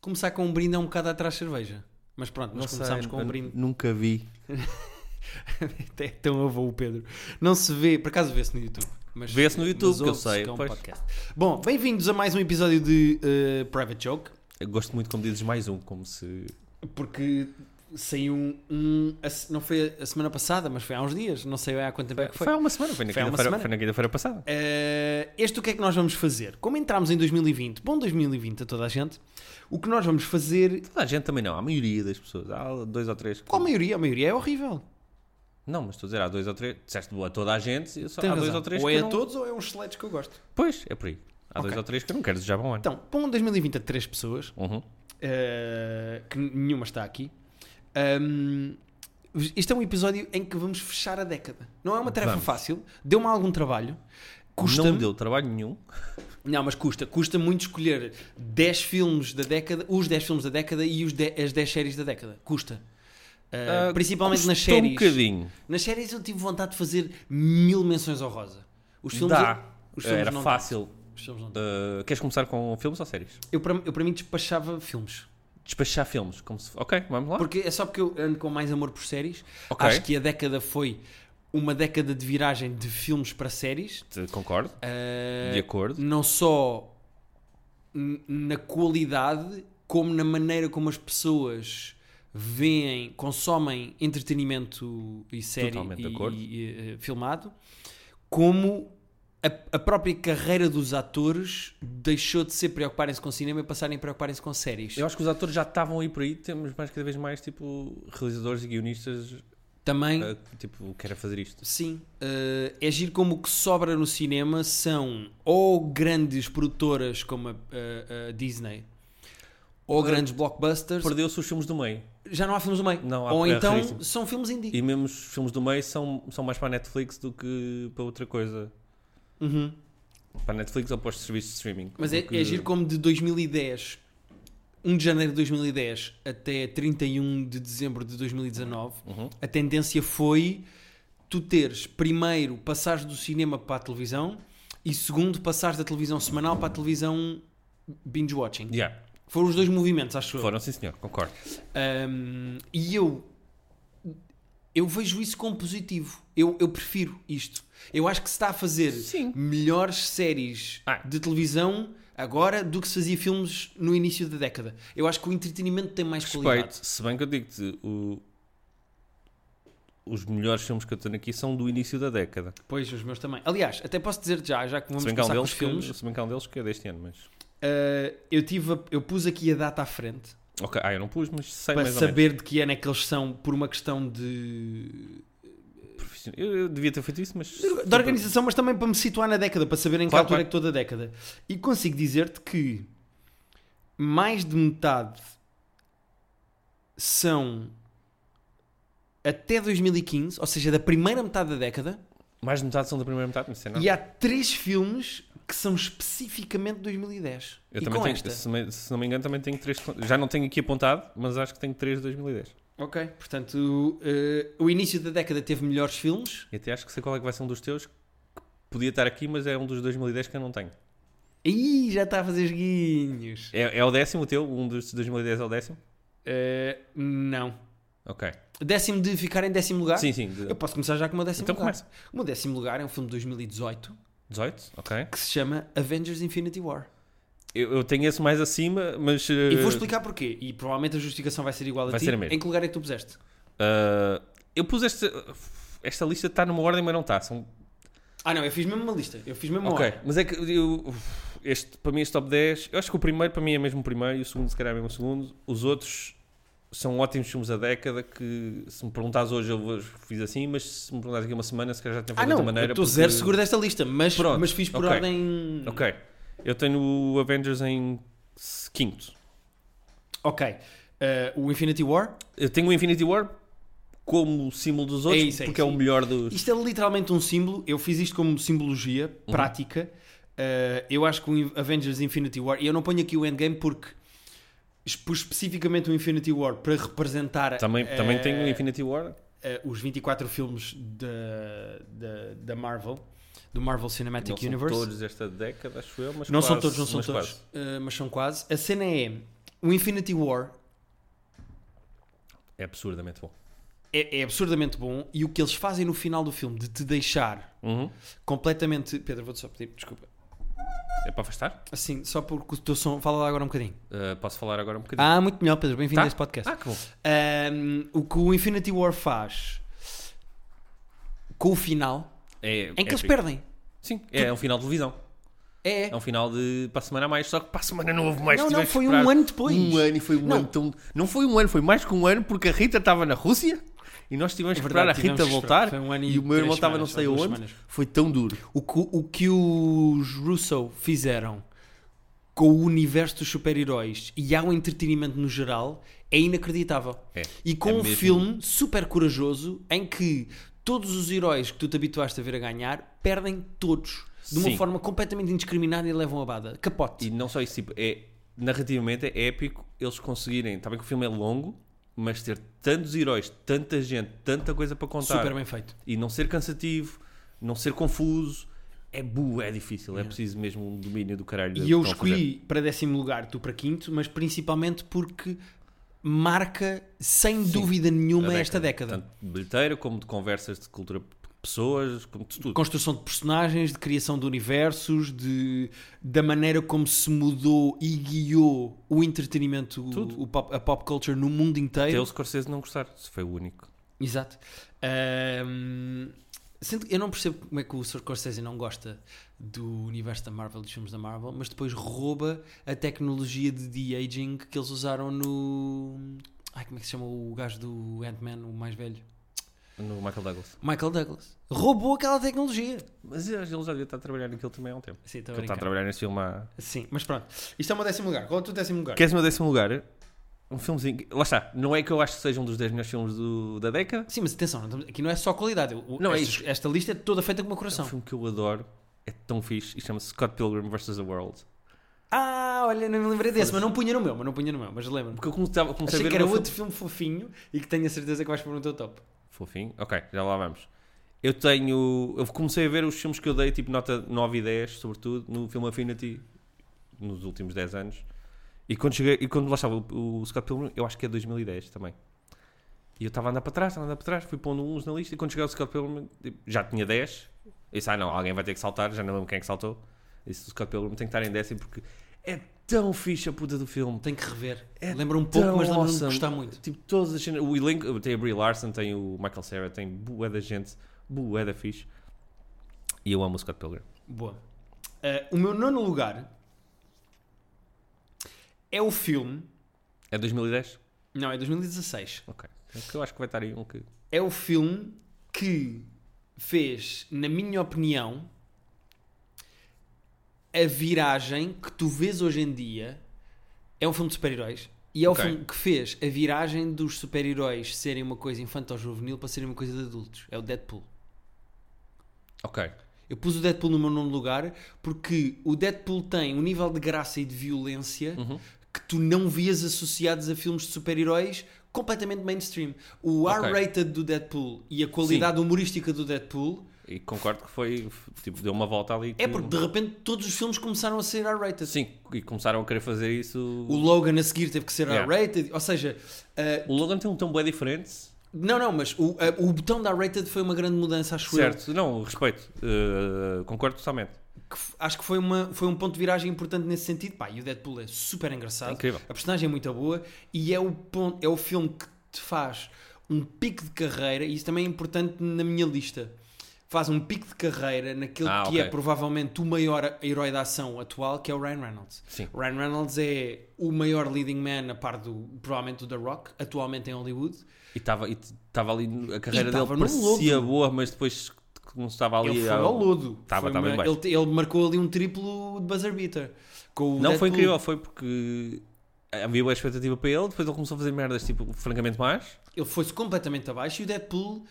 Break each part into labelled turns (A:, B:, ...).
A: Começar com um brinde é um bocado atrás de cerveja. Mas pronto, nós
B: sei,
A: começámos com
B: eu
A: um brinde.
B: Nunca vi.
A: Até tão avô o Pedro. Não se vê, por acaso vê-se no YouTube. mas-
B: Vê-se no YouTube,
A: mas
B: que eu
A: ouve-se,
B: sei,
A: é um
B: pois.
A: podcast. Bom, bem-vindos a mais um episódio de eh, Private Joke.
B: Eu gosto muito como dizes mais um, como se.
A: Porque saiu um. um- a se- não foi a semana passada, mas foi há uns dias. Não sei há quanto tempo é que
B: Foi,
A: foi.
B: há uma semana, foi na
A: Foi há uma
B: quinta-feira
A: semana.
B: foi na quinta-feira passada.
A: Eh, este o que é que nós vamos fazer? Como entramos em 2020, bom 2020 a toda a gente, o que nós vamos fazer.
B: Toda a gente também não, a maioria das pessoas. Há dois ou três. que-
A: Qual a maioria? A maioria é horrível.
B: Não, mas estou a dizer, há dois ou três. Disseste boa a toda a gente, e só
A: Tens
B: Então, há dois
A: razão.
B: ou três
A: ou
B: que
A: é
B: eu
A: a
B: não.
A: todos ou é uns seletos que eu gosto.
B: Pois, é por aí. Há dois
A: Ok.
B: ou três que eu não quero desejar bom ano.
A: Então, para um 2020 a 3 pessoas,
B: Uhum.
A: eh, que nenhuma está aqui, ahm, este é um episódio em que vamos fechar a década. Não é uma tarefa
B: Vamos.
A: fácil, deu-me algum trabalho,
B: Não
A: custa-me.
B: me deu trabalho nenhum.
A: Não, mas custa. Custa muito escolher 10 filmes da década, os 10 filmes da década e os 10 as 10 séries da década. Custa. Ah,
B: Ah,
A: principalmente nas
B: custou
A: séries.
B: um bocadinho.
A: Nas séries eu tive vontade de fazer mil menções ao rosa. Os filmes, é-
B: Dá.
A: os filmes
B: Era
A: não dá.
B: fácil.
A: Os filmes não dá.
B: Ah, queres começar com filmes ou séries?
A: Eu, para, eu para mim despachava filmes.
B: Despachar filmes. Como se... Ok, vamos lá.
A: Porque é só porque eu ando com mais amor por séries.
B: Ok.
A: Acho que a década foi uma década de viragem de filmes para séries.
B: Te- Concordo.
A: Ah,
B: De acordo.
A: não só n- na qualidade, como na maneira como as pessoas veem, consomem entretenimento e série
B: Totalmente
A: e,
B: de acordo.
A: e, eh, filmado, como a, a própria carreira dos atores deixou de ser preocuparem-se com cinema e passarem a preocuparem-se com séries.
B: Eu acho que os atores já estavam aí por aí, temos mais cada vez mais tipo realizadores e guionistas
A: Também
B: ah, que, tipo querem fazer isto.
A: Sim, eh, é giro como o que sobra no cinema são ou grandes produtoras como a, a- a Disney ou grandes blockbusters,
B: Perdeu-se os filmes do meio.
A: já não há filmes do meio.
B: Não, há-
A: ou
B: é
A: então
B: raríssimo.
A: são filmes indie.
B: E mesmo os filmes do meio são, são mais para a Netflix do que para outra coisa.
A: Uhum.
B: Para a Netflix ou para os serviços de streaming.
A: Mas é,
B: Porque-
A: é giro como de 2010, 1 de janeiro de 2010 até 31 de dezembro de 2019,
B: Uhum.
A: a tendência foi tu teres, primeiro, passares do cinema para a televisão e, segundo, passares da televisão semanal para a televisão binge-watching.
B: Yeah.
A: Foram os dois movimentos, acho eu.
B: Foram, sim senhor, concordo.
A: Ahm, e eu. Eu vejo isso como positivo. Eu, eu prefiro isto. Eu acho que se está a fazer
B: Sim.
A: melhores séries
B: Ah.
A: de televisão agora do que se fazia filmes no início da década. Eu acho que o entretenimento tem mais
B: Respeito,
A: qualidade.
B: se bem que eu digo-te, o- os melhores filmes que eu tenho aqui são do início da década.
A: Pois, os meus também. Aliás, até posso dizer já, já que vamos
B: se, bem que há um
A: começar com os
B: deles
A: filmes,
B: que, se bem que há um deles que é deste ano, mas.
A: ah, eu, tive a- eu pus aqui a data à frente
B: Ok, ah, eu não pus, mas sei
A: para
B: mais ou menos.
A: saber de que ano é que eles são por uma questão de
B: Profissional. Eu, eu devia ter feito isso, mas.
A: da organização, mas também para me situar na década, para saber em que
B: Claro,
A: altura
B: claro.
A: é que toda a década. E consigo dizer-te que mais de metade são até 2015, ou seja, da primeira metade da década,
B: Mais de metade são da primeira metade, mas é sei não.
A: e há três filmes que são especificamente de 2010.
B: Eu
A: e
B: também
A: com
B: tenho,
A: esta.
B: se, me- se não me engano, também tenho três. Já não tenho aqui apontado, mas acho que tenho três de 2010.
A: Ok, portanto, eh, o início da década teve melhores filmes.
B: E até acho que sei qual é que vai ser um dos teus. que Podia estar aqui, mas é um dos 2010 que eu não tenho.
A: Ih, já está a fazer esguinhos.
B: É, é o décimo o teu? Um dos 2010 é o décimo?
A: Eh, não.
B: Ok.
A: Décimo de ficar em décimo lugar?
B: Sim, sim. de-
A: Tá. Eu posso começar já com o meu décimo
B: Então
A: lugar.
B: começa.
A: O meu décimo lugar é um filme de 2018
B: 18? Ok.
A: que se chama Avengers Infinity War.
B: Eu, eu tenho esse mais acima, mas.
A: E vou explicar porquê. E provavelmente a justificação vai ser igual a
B: Eh, Vai
A: ti.
B: ser a mesma.
A: Em que lugar é que tu puseste?
B: eh, eu pus esta. Esta lista está numa ordem, mas não está. São
A: Ah não, eu fiz mesmo uma lista. Eu fiz mesmo uma
B: Ok,
A: hora.
B: mas é que eu, este, para mim este top 10, eu acho que o primeiro para mim é mesmo o primeiro e o segundo se calhar é mesmo o segundo. Os outros são ótimos filmes da década que se me perguntares hoje eu vou- fiz assim, mas se me perguntares aqui uma semana se calhar já tinha
A: Ah
B: feito de
A: não,
B: outra maneira.
A: eu estou
B: porque-
A: zero seguro desta lista, mas,
B: Pronto,
A: mas fiz por
B: ok.
A: ordem...
B: Ok, eu tenho o Avengers em s- quinto.
A: Ok. Eh, o Infinity War.
B: Eu tenho o Infinity War como símbolo dos outros
A: É isso, é
B: porque é,
A: isso.
B: o melhor dos...
A: Isto é literalmente um símbolo. Eu fiz isto como simbologia
B: Uhum.
A: prática. Eh, eu acho que o In- Avengers Infinity War... E eu não ponho aqui o Endgame porque... Pus especificamente o Infinity War para representar...
B: Também,
A: eh,
B: também tenho o Infinity War.
A: eh, os 24 filmes da, da, da Marvel, do Marvel Cinematic
B: Não são
A: Universe.
B: todos desta década, acho eu, mas
A: não são
B: quase,
A: todos, não são
B: mas
A: todos,
B: quase.
A: eh, mas são quase. A cena é: o Infinity War
B: É absurdamente bom.
A: é, é absurdamente bom e o que eles fazem no final do filme de te deixar
B: Uhum.
A: completamente. Pedro, vou-te só pedir desculpa.
B: É para afastar?
A: Assim, só porque o teu som. Fala lá agora um bocadinho.
B: Uh, posso falar agora um bocadinho?
A: Ah, muito melhor, Pedro. Bem-vindo
B: Tá?
A: a este podcast.
B: Ah, que bom.
A: Um, o que o Infinity War faz com o final
B: É,
A: em que eles
B: épico.
A: perdem.
B: Sim, é um final de televisão.
A: É.
B: É um final de para a semana a mais, só que para a semana não houve mais.
A: Não, não,
B: tivemos que
A: foi
B: esperar
A: um ano depois.
B: Um ano e foi um
A: Não.
B: ano tão. Não foi um ano, foi mais que um ano, porque a Rita estava na Rússia e nós tivemos
A: É
B: que
A: verdade,
B: esperar a Rita
A: tivemos que
B: voltar
A: esperar. Foi um ano
B: e,
A: e
B: o meu
A: três
B: irmão estava não
A: semanas,
B: sei
A: ou duas
B: aonde.
A: semanas.
B: Foi tão duro.
A: O que, o que os Russo fizeram com o universo dos super-heróis e ao entretenimento no geral é inacreditável.
B: É,
A: e com
B: é
A: um
B: mesmo.
A: filme super corajoso em que todos os heróis que tu te habituaste a ver a ganhar perdem todos de uma
B: Sim.
A: forma completamente indiscriminada e levam a bada. Capote.
B: E não só isso, tipo, é, narrativamente é épico eles conseguirem. Está bem que o filme é longo, mas ter tantos heróis, tanta gente, tanta coisa para contar
A: super bem feito.
B: e não ser cansativo, não ser confuso. É bu, é difícil, é preciso mesmo um domínio do caralho. do
A: E
B: que
A: eu
B: estão a fazer.
A: escolhi para décimo lugar, tu para quinto, mas principalmente porque marca sem dúvida nenhuma
B: da
A: esta década.
B: Tanto de bilheteira, como de conversas de cultura de pessoas, como de tudo.
A: construção de personagens, de criação de universos, de, da maneira como se mudou e guiou o entretenimento, o, o pop, a pop culture no mundo inteiro.
B: Até o Scorsese não gostar, se foi o único.
A: Exato. Ahm, sendo que eu não percebo como é que o Scorsese não gosta do universo da Marvel, dos filmes da Marvel, mas depois rouba a tecnologia de de-aging que eles usaram no... Ai, como é que se chama o gajo do Ant-Man, o mais velho?
B: No Michael Douglas.
A: Michael Douglas. Roubou aquela tecnologia.
B: Mas ele já devia estar a trabalhar naquilo também há um tempo.
A: Sim, estou a
B: Ele está a
A: brincar.
B: trabalhar nesse filme há...
A: Sim, mas pronto. Isto é o meu décimo lugar. Qual é o teu décimo lugar?
B: Queres o meu décimo lugar? Um filmezinho... que- Lá está. Não é que eu acho que seja um dos 10 melhores filmes do- da década.
A: Sim, mas atenção, não estamos- aqui não é só qualidade. O-
B: Não, é
A: estes- esta, lista é toda feita com uma
B: É um
A: coração.
B: filme que eu adoro. É tão fixe. E chama-se Scott Pilgrim vs. The World.
A: Ah, olha, não me lembrei desse, mas não punha no meu, mas não punha no meu, mas lembro-me.
B: Porque eu comecei a, comecei a
A: Achei
B: ver
A: que era
B: o meu
A: outro filme fofinho e que tenho a certeza que vais pôr no teu top.
B: Fofinho. Ok, já lá vamos. Eu tenho. Eu comecei a ver os filmes que eu dei, tipo nota 9 e 10, sobretudo, no filme Affinity, nos últimos 10 anos. E quando cheguei. E quando lá estava o, o Scott Pilgrim, eu acho que é 2010 também. E eu estava a andar para trás, estava a andar para trás, fui pondo uns na lista. E quando cheguei ao Scott Pilgrim, tipo, já tinha 10. Eu disse, ah não, alguém vai ter que saltar, já não lembro quem é que saltou. Eu Disse, o Scott Pilgrim tem que estar em décimo porque é tão fixe a puta do filme.
A: Tenho que rever.
B: É
A: lembro um pouco,
B: tão
A: mas lembro-me de
B: awesome.
A: gostar muito.
B: Tipo, todas as cenas. O elenco. Tem a Brie Larson, tem o Michael Cera, tem bué da gente, bué da fixe. E eu amo o Scott Pilgrim.
A: Boa. Ah, o meu nono lugar é o filme.
B: É 2010?
A: Não, é 2016.
B: Ok. É que Eu acho que vai estar aí um que.
A: é o filme que fez, na minha opinião, a viragem que tu vês hoje em dia. É um filme de super-heróis. E é
B: Ok.
A: o filme que fez a viragem dos super-heróis serem uma coisa infantil-juvenil para serem uma coisa de adultos. É o Deadpool.
B: Ok.
A: Eu pus o Deadpool no meu nono lugar porque o Deadpool tem um nível de graça e de violência
B: Uhum.
A: que tu não vias associados a filmes de super-heróis completamente mainstream. O
B: Ok.
A: R-rated do Deadpool e a qualidade humorística do Deadpool
B: E concordo que foi. f- Tipo, deu uma volta ali.
A: é
B: que-
A: porque de repente todos os filmes começaram a ser R-rated.
B: Sim, e começaram a querer fazer isso.
A: O Logan a seguir teve que ser
B: Yeah.
A: R-rated, ou seja, ah,
B: O Logan tem um tom bué diferente.
A: não, não, mas o, ah, o botão da R-rated foi uma grande mudança, acho eu.
B: Certo. Não, respeito. Uh, concordo totalmente.
A: que f- acho que foi, uma, foi um ponto de viragem importante nesse sentido. Pá, e o Deadpool é super engraçado.
B: É incrível.
A: A personagem é muito boa e é o, ponto, é o filme que te faz um pico de carreira, e isso também é importante na minha lista. Faz um pico de carreira naquele
B: Ah,
A: que
B: ok.
A: é provavelmente o maior herói da ação atual, que é o Ryan Reynolds.
B: Sim.
A: Ryan Reynolds é o maior leading man, a par do, provavelmente do The Rock, atualmente em Hollywood.
B: E estava e tava ali. A carreira dele
A: tava no
B: parecia boa, mas depois começava ali.
A: Ele foi
B: a-
A: ao lodo.
B: Tava-
A: Foi
B: tava
A: uma-
B: em baixo.
A: ele, te- ele marcou ali um triplo de buzzer beater. Com o
B: Não,
A: Deadpool.
B: foi incrível, foi porque havia boa expectativa para ele, depois ele começou a fazer merdas, tipo, francamente mais.
A: ele foi-se completamente abaixo e o Deadpool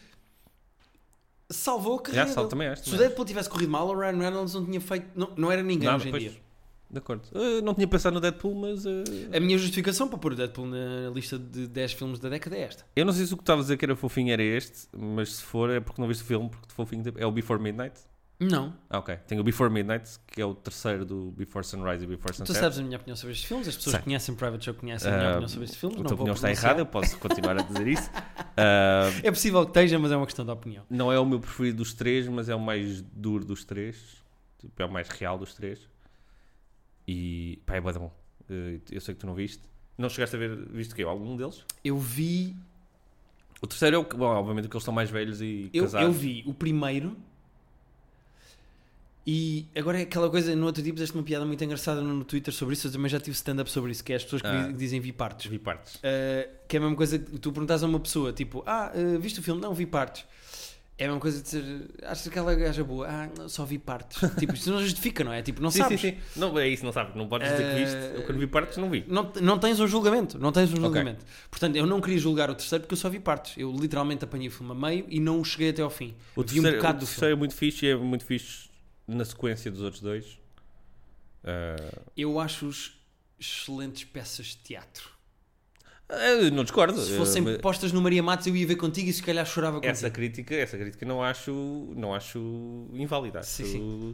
A: salvou a carreira.
B: Já salvo
A: dele.
B: também acho.
A: Se o
B: também acho.
A: Deadpool tivesse corrido mal, o Ryan Reynolds não tinha feito. Não, não era ninguém
B: Nada,
A: hoje em
B: pois.
A: dia.
B: De acordo. Eu não tinha pensado no Deadpool, mas... eh,
A: A minha justificação para pôr o Deadpool na lista de 10 filmes da década é esta.
B: Eu não sei se o que estava a dizer que era fofinho era este, mas se for é porque não viste o filme, porque de fofinho é o tipo, Before Midnight.
A: Não.
B: Ah, ok. Tem o Before Midnight, que é o terceiro do Before Sunrise e Before
A: Tu
B: Sunset.
A: sabes a minha opinião sobre estes filmes, as pessoas
B: Sei.
A: que conhecem Private Show conhecem a minha
B: Ah,
A: opinião sobre estes filmes.
B: a
A: não
B: tua
A: vou
B: opinião está
A: pronunciar.
B: errada, eu posso continuar a dizer isso. Ah,
A: É possível que esteja, mas é uma questão de opinião.
B: não é o meu preferido dos três, mas é o mais duro dos três. Tipo, é o mais real dos três. E pá, é bué da bom. Eh, Eu sei que tu não viste. Não chegaste a ver, visto que algum deles?
A: Eu vi,
B: O terceiro é o que, bom, obviamente, que eles são mais velhos e
A: eu,
B: casados.
A: eu vi o primeiro. E agora é aquela coisa, no outro dia puseste uma piada muito engraçada no no Twitter sobre isso, eu também já tive stand-up sobre isso, que é as pessoas que
B: Ah.
A: di- dizem vi partes.
B: Vi partes.
A: Uh, que é a mesma coisa que tu perguntas a uma pessoa, tipo, ah, uh, viste o filme? Não, vi partes. É a mesma coisa de dizer, achas aquela gaja boa? Ah, não, só vi partes. tipo, isto não justifica, não é? Tipo, não
B: sim,
A: sabes. Eh,
B: sim, sim. Não, é isso, não sabes. Não podes dizer que viste. Eu quando vi partes, não vi.
A: Não, não tens um julgamento, não tens um julgamento. Portanto, eu não queria julgar o terceiro porque eu só vi partes. Eu literalmente apanhei o filme a meio e não cheguei até ao fim.
B: O
A: vi um
B: terceiro,
A: bocado
B: o
A: do
B: terceiro
A: filme.
B: é muito fixe e é muito fixe na sequência dos outros dois. Ah,
A: Eu acho-os excelentes peças de teatro.
B: eu não discordo.
A: Se
B: Eh,
A: fossem
B: mas
A: postas no Maria Matos, eu ia ver contigo e se calhar chorava contigo.
B: essa crítica, essa crítica não acho, não acho inválida. Acho-
A: Sim,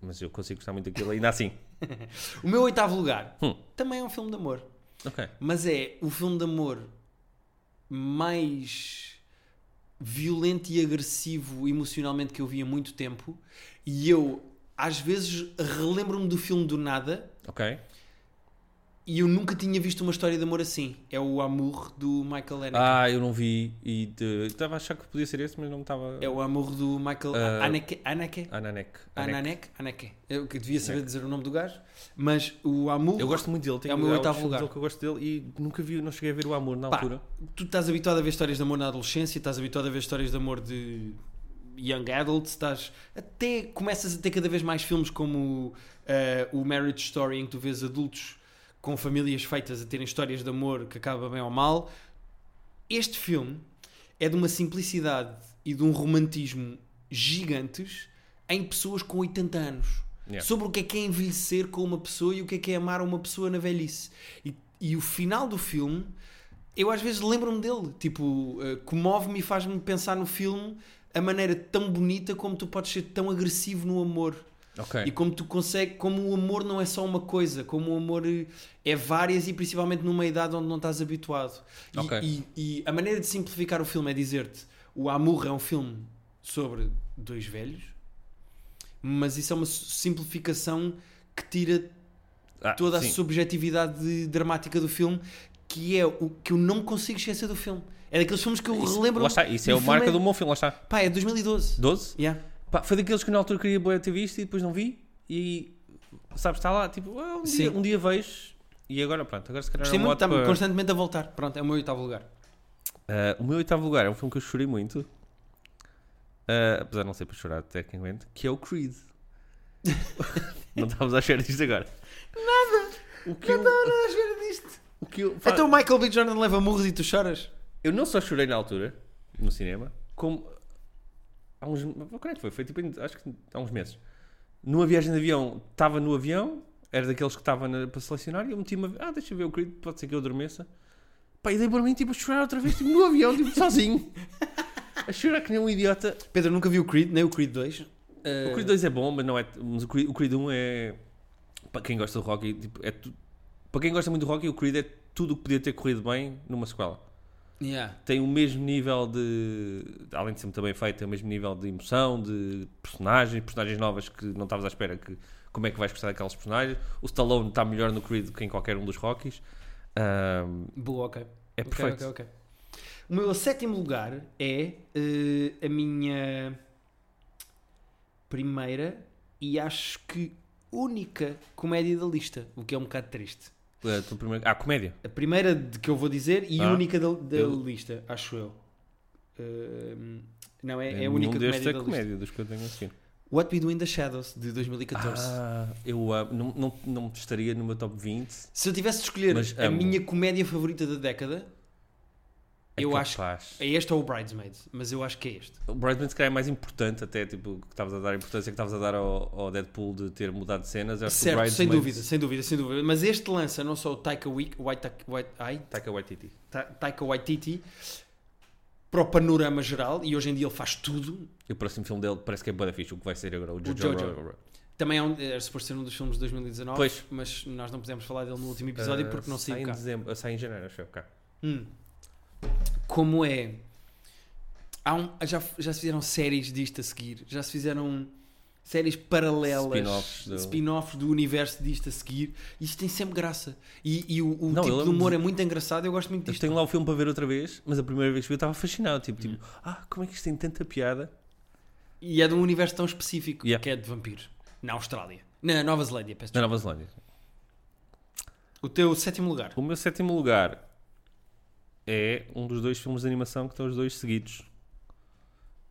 B: Mas eu consigo gostar muito daquilo ainda assim.
A: O meu oitavo lugar
B: Hum.
A: também é um filme de amor.
B: Ok.
A: Mas é o filme de amor mais violento e agressivo emocionalmente que eu vi há muito tempo. E eu, às vezes, relembro-me do filme do nada
B: Ok.
A: e eu nunca tinha visto uma história de amor assim. É o Amor do Michael Haneke.
B: Ah, eu não vi e de- estava a achar que podia ser esse, mas não estava.
A: É o Amor do Michael
B: Ah.
A: Haneke. Haneke?
B: Ananek. Ananek.
A: Haneke? Haneke. Eu que devia saber dizer o nome do gajo. Mas o Amor...
B: Eu gosto muito dele. Tenho,
A: É o meu
B: há uns
A: oitavo
B: filmes
A: lugar.
B: dele que eu gosto dele e nunca vi, não cheguei a ver o Amor na
A: Pá,
B: altura.
A: tu estás habituado a ver histórias de amor na adolescência, estás habituado a ver histórias de amor de young adults, estás até começas a ter cada vez mais filmes como eh, o Marriage Story, em que tu vês adultos com famílias feitas a terem histórias de amor que acaba bem ou mal. Este filme é de uma simplicidade e de um romantismo gigantes em pessoas com 80 anos.
B: Yeah.
A: Sobre o que é que é envelhecer com uma pessoa e o que é que é amar uma pessoa na velhice. E, e o final do filme, eu às vezes lembro-me dele. Tipo, eh, comove-me e faz-me pensar no filme a maneira tão bonita como tu podes ser tão agressivo no amor.
B: Ok.
A: E como tu consegues, como o amor não é só uma coisa, como o amor eh, é várias e principalmente numa idade onde não estás habituado. E,
B: Ok.
A: e- e a maneira de simplificar o filme é dizer-te: o Amor é um filme sobre dois velhos, mas isso é uma su- simplificação que tira
B: Ah,
A: toda
B: sim.
A: a subjetividade de- dramática do filme, que é o que eu não consigo esquecer do filme. É daqueles filmes que eu
B: Isso-
A: relembro.
B: Lá está, isso é
A: e
B: o
A: filme
B: marca do meu filme, lá está.
A: Pá, é 2012.
B: 12?
A: Yeah.
B: Pá, foi daqueles que na altura queria bué ter visto e depois não vi. E sabes, está lá, tipo, ah, um, dia,
A: Sim.
B: um dia vejo. E agora, pronto, agora se calhar
A: Gostei
B: é um
A: muito,
B: modo
A: está
B: para-
A: constantemente a voltar. Pronto, é o meu oitavo lugar.
B: Ah, O meu oitavo lugar é um filme que eu chorei muito. Ah, apesar de não ser para chorar, tecnicamente, que é o Creed. não estávamos à espera disto agora. Nada! O que eu.
A: à espera disto.
B: O que eu, pá,
A: Então o Michael B. Jordan leva murros e tu choras?
B: eu não só chorei na altura, no cinema, como. Há uns. Quando é que foi? Foi tipo. em- Acho que há uns meses. Numa viagem de avião, estava no avião, era daqueles que estava na- para selecionar, e eu meti-me a ver. Ah, deixa eu ver o querido, pode ser que eu adormeça. Pá, e dei por mim, tipo, a chorar outra vez, tipo, no avião, tipo, sozinho. A chorar que nem um idiota.
A: Pedro nunca viu o Creed, nem o Creed Eh, 2.
B: O Creed 2 é bom, mas não é. Mas o Creed, o Creed 1 é. Para quem gosta do Rocky, tipo, é tu- Para quem gosta muito do Rocky, o Creed é tudo o que podia ter corrido bem numa sequela.
A: Yeah.
B: tem o mesmo nível de. Além de ser muito bem feito, tem o mesmo nível de emoção, de personagens, personagens novas que não estavas à espera que como é que vais gostar daqueles personagens. O Stallone está melhor no Creed do que em qualquer um dos Rockies. Ahm,
A: Boa, ok.
B: é
A: Ok,
B: perfeito.
A: ok, ok. O meu sétimo lugar é eh, a minha primeira e acho que única comédia da lista, o que é um bocado triste.
B: Ah, tu primeiro- Ah, comédia.
A: A primeira de que eu vou dizer e
B: Ah,
A: única da, da
B: eu-
A: lista, acho eu. Eh, não, é, é a
B: Nenhum
A: única comédia
B: destes
A: da
B: é
A: lista.
B: comédia dos que eu tenho assistido.
A: What We Do in the Shadows, de 2014.
B: Ah, eu amo. não, não, não estaria no meu top 20.
A: Se eu tivesse de escolher
B: Mas
A: a
B: amo.
A: minha comédia favorita da década,
B: É
A: eu acho
B: capaz.
A: que é este ou o Bridesmaids, mas eu acho que é este.
B: O Bridesmaid, se calhar, é mais importante, até tipo, que estavas a dar a importância que estavas a dar ao, ao Deadpool de ter mudado de cenas. Eu Acho que o
A: certo, sem
B: Bridesmaids-
A: dúvida, sem dúvida, sem dúvida. Mas este lança não só o Taika Waititi, White, White, ai,
B: Taika Waititi.
A: Ta- Taika Waititi, para o panorama geral, e hoje em dia ele faz tudo.
B: E o próximo filme dele parece que é bué da fixe, o que vai ser agora, o Jojo.
A: Jojo.
B: Rabbit.
A: Também é um, era suposto ser um dos filmes de 2019,
B: Pois.
A: mas nós não pudemos falar dele no último episódio
B: Ah,
A: porque não
B: sai
A: saiu
B: em
A: cá.
B: dezembro, ah, sai em janeiro, acho eu, cá.
A: Hum. Como é? Há um- já, já se fizeram séries disto a seguir, já se fizeram séries paralelas,
B: Spin-offs do-
A: spin-offs do universo disto a seguir. Isto tem sempre graça. E, e o, o
B: Não,
A: tipo
B: eu
A: de
B: lembro
A: humor
B: de-
A: é muito engraçado. Eu gosto muito
B: Eu
A: disto.
B: tenho lá o filme para ver outra vez, mas a primeira vez que vi eu estava fascinado, tipo, tipo,
A: Hum.
B: ah, como é que isto tem tanta piada?
A: E é de um universo tão específico
B: Yeah.
A: que é de vampiros na Austrália, na Nova Zelândia. Peço desculpa.
B: Na Nova Zelândia.
A: o teu sétimo lugar.
B: O meu sétimo lugar é um dos dois filmes de animação que estão os dois seguidos.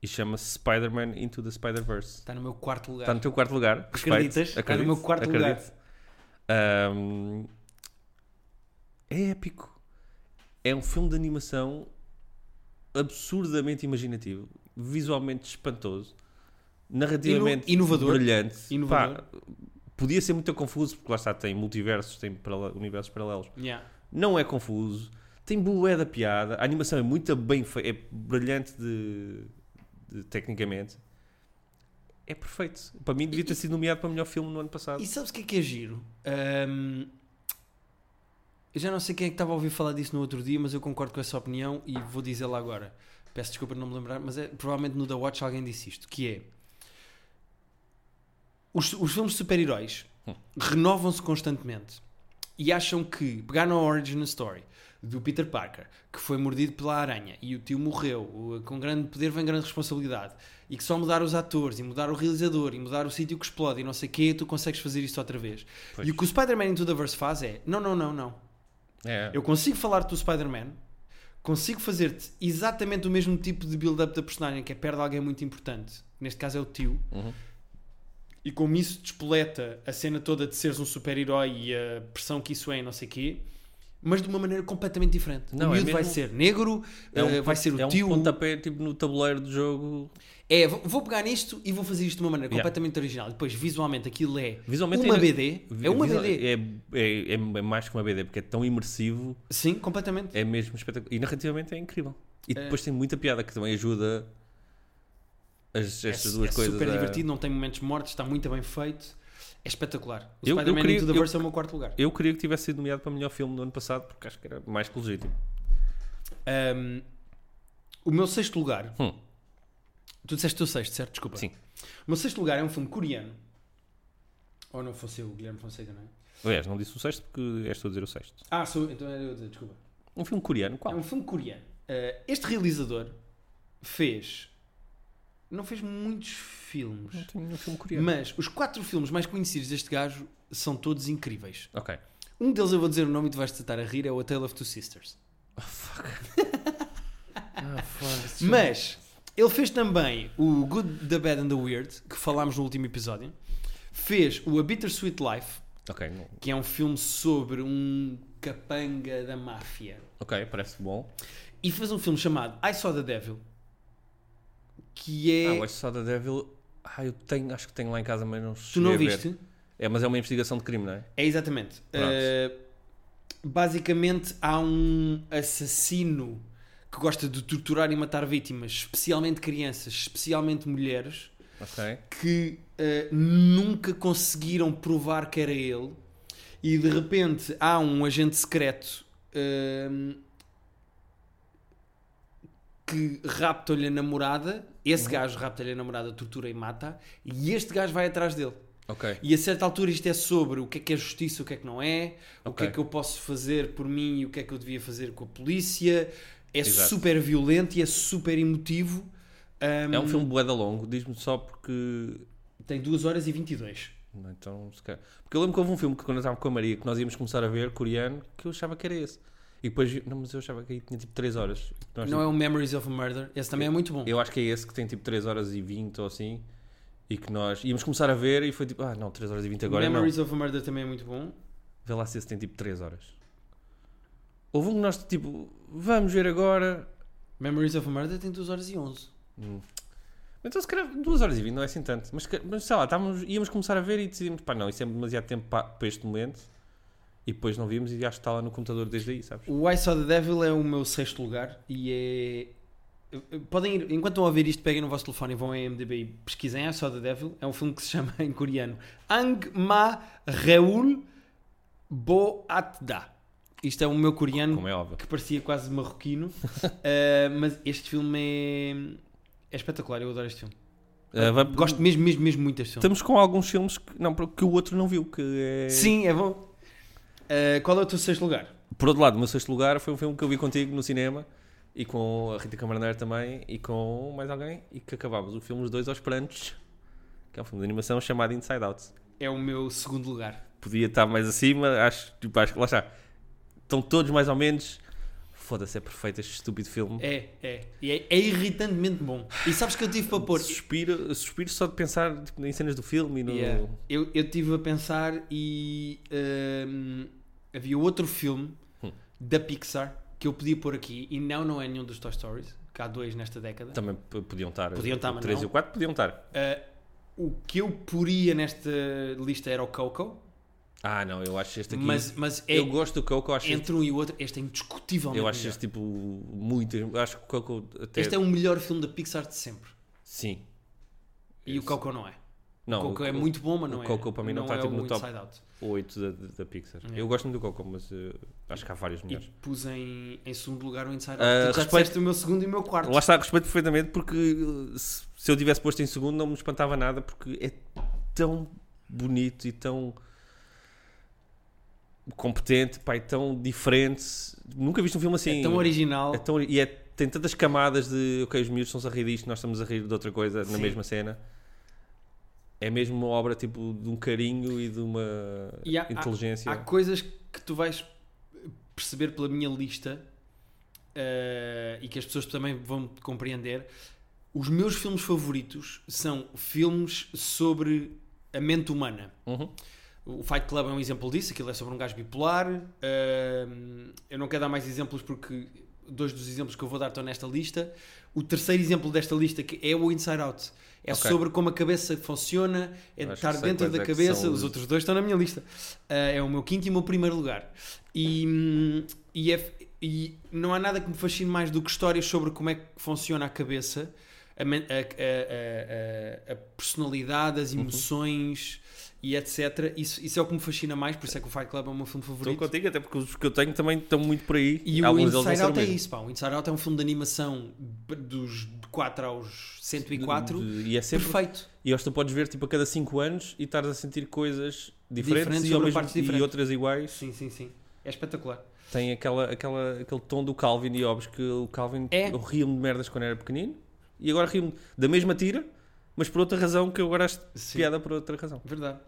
B: E chama-se Spider-Man Into the Spider-Verse.
A: Está no meu quarto lugar.
B: Está no teu quarto lugar. Respeito.
A: Acreditas? Está no meu quarto
B: lugar. é épico. É um filme de animação absurdamente imaginativo, visualmente espantoso, narrativamente
A: Inu- inovador.
B: brilhante.
A: Inovador.
B: Pá, podia ser muito confuso, porque lá está, tem multiversos, tem paralel- universos paralelos
A: Yeah.
B: não é confuso, tem bué da piada, a animação é muito bem feita, é brilhante de, de- tecnicamente. É perfeito. Para mim devia ter sido nomeado para melhor filme no ano passado.
A: E sabes o que é que é giro? Ahm, eu já não sei quem é que estava a ouvir falar disso no outro dia, mas eu concordo com essa opinião e vou dizê-la agora. Peço desculpa de não me lembrar, mas é, provavelmente no The Watch alguém disse isto, que é... Os, os filmes de super-heróis renovam-se constantemente e acham que pegar na origin story do Peter Parker, que foi mordido pela aranha e o tio morreu, o- com grande poder vem grande responsabilidade, e que só mudar os atores, e mudar o realizador, e mudar o sítio que explode, e não sei o quê, tu consegues fazer isto outra vez.
B: Pois.
A: E o que o Spider-Man Into the Verse faz é, não, não, não, não.
B: É.
A: Eu consigo falar-te do Spider-Man, consigo fazer-te exatamente o mesmo tipo de build-up da personagem, que é perde alguém muito importante, neste caso é o tio,
B: Uhum.
A: e como isso despoleta a cena toda de seres um super-herói e a pressão que isso é, e não sei quê, mas de uma maneira completamente diferente.
B: Não, é
A: o miúdo vai
B: mesmo-
A: ser negro,
B: É um
A: eh, vai
B: pon-
A: ser o
B: é
A: tio.
B: um pontapé tipo, no tabuleiro do jogo.
A: É, vou- vou pegar nisto e vou fazer isto de uma maneira
B: Yeah.
A: completamente original. Depois, visualmente, aquilo é
B: Visualmente
A: uma
B: ainda-
A: BD. É uma
B: Visual-
A: BD.
B: É, é- é mais que uma BD, porque é tão imersivo,
A: Sim, completamente.
B: é mesmo espetacular. E narrativamente é incrível. E depois tem muita piada que também ajuda as, estas
A: é,
B: duas
A: é
B: coisas.
A: super
B: a-
A: divertido, não tem momentos mortos, está muito bem feito. É espetacular. O
B: Eu- eu
A: Spider-Man
B: queria-
A: Into the
B: eu-
A: Verse é o meu quarto lugar.
B: Eu queria que tivesse sido nomeado para melhor filme no ano passado, porque acho que era mais que legítimo.
A: Um, o meu sexto lugar.
B: Hum.
A: Tu disseste o teu sexto, certo? Desculpa.
B: Sim.
A: O meu sexto lugar é um filme coreano. Ou não fosse eu, Guilherme Fonseca, não é?
B: Aliás, não disse o sexto porque és tu a dizer o sexto.
A: Ah, sou, então era eu, a dizer, desculpa.
B: Um filme coreano, qual?
A: É um filme coreano. Uh, este realizador fez. Não fez muitos
B: Não
A: filmes.
B: tenho nenhum filme coreano.
A: Mas os quatro filmes mais conhecidos deste gajo são todos incríveis.
B: Ok.
A: Um deles eu vou dizer o nome e tu vais te estar a rir: é o A Tale of Two Sisters. Mas ele fez também o Good, the Bad and the Weird, que falámos no último episódio. Fez o A Bittersweet Life,
B: Ok, não-
A: que é um filme sobre um capanga da máfia.
B: ok, parece bom.
A: E fez um filme chamado I Saw the Devil, que
B: Ah,
A: é.
B: o Saw the Devil. Ah, eu tenho, acho que tenho lá em casa, mas não
A: tu
B: cheguei
A: não
B: a ver.
A: viste?
B: É, mas é uma investigação de crime, não é?
A: É exatamente.
B: Pronto.
A: Eh, basicamente há um assassino que gosta de torturar e matar vítimas, especialmente crianças, especialmente mulheres.
B: Ok.
A: que eh, nunca conseguiram provar que era ele e de repente há um agente secreto ehm, que rapta-lhe a namorada
B: Uhum.
A: esse gajo rapta-lhe a namorada, tortura e mata e este gajo vai atrás dele
B: Ok.
A: e a certa altura isto é sobre o que é que é justiça, o que é que não é, o que
B: Ok.
A: é que eu posso fazer por mim e o que é que eu devia fazer com a polícia é
B: Exato.
A: super violento e é super emotivo Ehm,
B: É um filme bué da longo, diz-me só porque.
A: tem 2 horas e 22
B: Não, Então, se calhar- Porque eu lembro que houve um filme que quando eu estava com a Maria que nós íamos começar a ver, coreano, que eu achava que era esse. E depois, não, mas eu achava que aí tinha tipo 3 horas. Nós,
A: Não é o Memories of a Murder. Esse também é muito bom.
B: Eu acho que é esse que tem tipo 3 horas e 20 ou assim. E que nós íamos começar a ver e foi tipo, ah não, 3 horas e 20 agora não.
A: Memories of a Murder também é muito bom.
B: Vê lá se esse tem tipo 3 horas. Houve um que nós tipo, vamos ver agora.
A: Memories of a Murder tem 2 horas e 11.
B: Então se calhar 2 horas e 20 não é assim tanto. Mas, que- mas sei lá, estávamos, íamos começar a ver e decidimos, pá não, isso é demasiado tempo pa- para, este momento. E depois não vimos e acho que está lá no computador desde aí, sabes?
A: O I Saw the Devil é o meu sexto lugar e é. Podem ir, enquanto estão a ouvir isto, peguem no vosso telefone e vão a IMDb e pesquisem. É só The Devil. É um filme que se chama em coreano Ang Ma Reul Boatda. Isto é o meu coreano
B: Como é óbvio.
A: que parecia quase marroquino. Eh, mas este filme é, é espetacular. Eu adoro este filme.
B: Ah, vai-
A: Gosto mesmo, mesmo, mesmo muito deste filme.
B: Estamos com alguns filmes que, não, que o outro não viu. Que é...
A: Sim, é bom. Eh, qual é o teu sexto lugar?
B: Por outro lado, o meu sexto lugar foi um filme que eu vi contigo no cinema e com a Rita Camarneiro também e com mais alguém e que acabámos o filme Os Dois aos Prantos, que é um filme de animação chamado Inside Out.
A: É o meu segundo lugar.
B: Podia estar mais acima, acho, tipo, acho que lá está. Estão todos mais ou menos. Foda-se, é perfeito este estúpido filme.
A: É, é. E é, é irritantemente bom. E sabes que eu tive para pôr.
B: Suspiro, suspiro só de pensar tipo, em cenas do filme e no.
A: Yeah. Eu, eu tive a pensar e hum, havia outro filme da Pixar que eu podia pôr aqui e não, não é nenhum dos Toy Stories, que há dois nesta década.
B: Também p- podiam estar.
A: Podiam estar,
B: O
A: mas
B: 3
A: não.
B: e o 4 podiam estar.
A: Ah, o que eu poria nesta lista era o Coco,
B: Ah, não, eu acho este aqui.
A: mas, mas é
B: eu gosto do Coco, acho este,
A: entre um e o outro, este é indiscutivelmente.
B: eu acho
A: melhor.
B: este tipo muito. eu Acho que o Coco até.
A: Este é o melhor filme da Pixar de sempre.
B: Sim.
A: E o Coco não é.
B: Não,
A: o Coco é muito bom, mas
B: o
A: não é.
B: Coco para mim não está,
A: é
B: tipo,
A: o
B: no top.
A: Inside Out.
B: 8 da, da da Pixar. Eu gosto muito do Coco, mas eh, acho que há vários
A: É. E
B: melhores.
A: pus em, em segundo lugar o Inside Out.
B: Ah,
A: tu já
B: respeito-
A: disseste o meu segundo e o meu quarto.
B: Lá está, respeito perfeitamente, porque eh, se, se eu tivesse posto em segundo não me espantava nada, porque é tão bonito e tão competente, pá, e tão diferente. Nunca viste um filme assim.
A: É tão original.
B: É tão ori- e é- tem tantas camadas de, ok, os miúdos estão-se a rir disto, nós estamos a rir de outra coisa na
A: Sim.
B: mesma cena. É mesmo uma obra, tipo, de um carinho e de uma
A: E há- há-
B: inteligência.
A: Há coisas que tu vais perceber pela minha lista eh, e que as pessoas também vão compreender. Os meus filmes favoritos são filmes sobre a mente humana.
B: Uhum.
A: O Fight Club é um exemplo disso, aquilo é sobre um gajo bipolar. eh, eu não quero dar mais exemplos porque dois dos exemplos que eu vou dar estão nesta lista. O terceiro exemplo desta lista que é o Inside Out. É
B: Ok.
A: sobre como a cabeça funciona, é
B: Acho
A: de
B: que
A: estar
B: sei
A: dentro
B: quais
A: da
B: é que
A: cabeça.
B: são
A: Os
B: os-
A: outros dois estão na minha lista. Ah, é o meu quinto e o meu primeiro lugar. E, hum, e, é- e não há nada que me fascine mais do que histórias sobre como é que funciona a cabeça, a, men- a- a- a- a personalidade,
B: Uhum.
A: as emoções e etc. Isso, isso é o que me fascina mais, por isso é que o Fight Club é o meu filme
B: Estou
A: favorito.
B: contigo, até porque os que eu tenho também estão muito por aí.
A: E
B: Então Alguns
A: o
B: deles não
A: Inside
B: serão
A: Out é
B: mesmo.
A: isso, pá. O Inside Out é um filme de animação b- dos 4 aos 104.
B: De- de- E é sempre.
A: Perfeito.
B: E acho que tu podes ver tipo, a cada 5 anos e estás a sentir coisas diferentes,
A: Diferentes
B: e, ao
A: sobre
B: mesmo,
A: partes
B: e
A: diferentes.
B: outras iguais.
A: Sim, sim, sim. É espetacular.
B: Tem aquela, aquela, aquele tom do Calvin e Hobbes que o Calvin
A: É.
B: eu ria-me de merdas quando era pequenino e agora rio-me da mesma tira, mas por outra razão que eu agora acho
A: Sim.
B: piada por outra razão.
A: Verdade.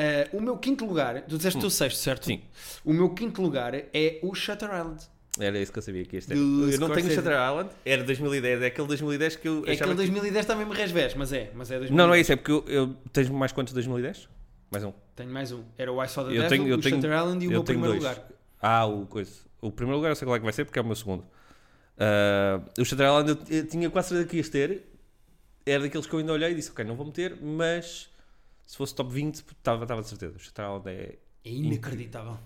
A: Ah, o meu quinto lugar, tu disseste o teu sexto, certo?
B: Hum. Sim.
A: O meu quinto lugar é o Shutter Island.
B: Era isso que eu sabia que este é.
A: Do
B: Eu não tenho o
A: Scorsese.
B: Shutter Island, era 2010, é aquele 2010 que eu
A: É
B: achava
A: aquele
B: que-
A: 2010 também me resvés, mas é. Mas é 2010.
B: Não, não é isso, é porque eu, eu- tens mais quantos de 2010? Mais um.
A: Tenho mais um. Era o I Saw the
B: Eu
A: Devil,
B: tenho- eu
A: o
B: tenho-
A: Shutter Island e o
B: eu
A: meu
B: tenho
A: primeiro
B: dois.
A: lugar.
B: Ah, o coisa. O primeiro lugar eu sei qual é que vai ser porque é o meu segundo. Ah, o Shutter Island eu, eu tinha quase certeza que ias ter. Era daqueles que eu ainda olhei e disse, ok, não vou meter, mas se fosse top 20, estava estava de certeza. O Shutter Island é,
A: É inacreditável.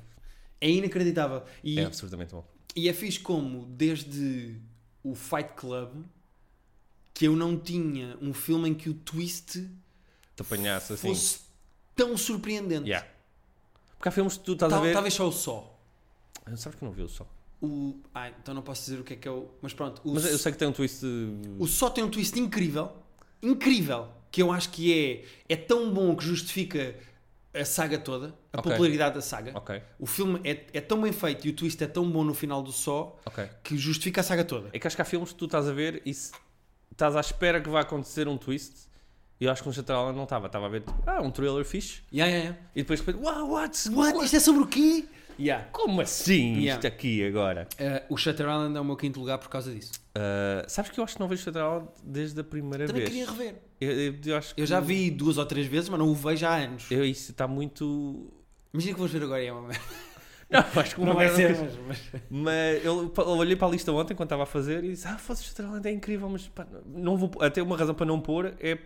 A: É inacreditável. E
B: é
A: é,
B: absolutamente bom.
A: e é fixe como, desde o Fight Club, que eu não tinha um filme em que o twist
B: Te apanhasse assim.
A: fosse tão surpreendente.
B: Yeah. Porque há filmes que tu estás a
A: Tal-
B: ver.
A: Talvez só o só.
B: Ah, Sabes que eu não vi o só.
A: O... Ah, então não posso dizer o que é que é o... Mas pronto, o
B: Mas eu sei que tem um twist.
A: O só tem um twist incrível, incrível, que eu acho que é, é tão bom que justifica a saga toda, a
B: Ok.
A: popularidade da saga.
B: Ok,
A: O filme é, é tão bem feito e o twist é tão bom no final do só
B: ok.
A: que justifica a saga toda.
B: É que acho que há filmes que tu estás a ver e se estás à espera que vá acontecer um twist. E eu acho que no Shutter Island não estava. Estava a ver, tipo, ah, um thriller fixe.
A: Yeah, yeah, yeah.
B: E depois de repente, wow, what?
A: What? Isto é sobre o quê? Yeah.
B: Como assim
A: Yeah.
B: isto aqui agora?
A: Eh, o Shutter Island é o meu quinto lugar por causa disso.
B: Ah, sabes que eu acho que não vejo Shutter Island desde a primeira
A: Também
B: vez.
A: queria rever.
B: Eu, eu- eu acho
A: Eu
B: que-
A: já vi duas ou três vezes, mas não o vejo há anos.
B: Eu, isso está muito.
A: Imagina que vamos ver agora e é uma merda.
B: Não, acho que uma
A: Não vai
B: merda
A: ser,
B: que-
A: mas- mas-
B: Mas eu, pa- eu olhei para a lista ontem quando estava a fazer e disse: Ah, fosse Shutter Island é incrível, mas pá, não vou. pôr." Até uma razão para não pôr é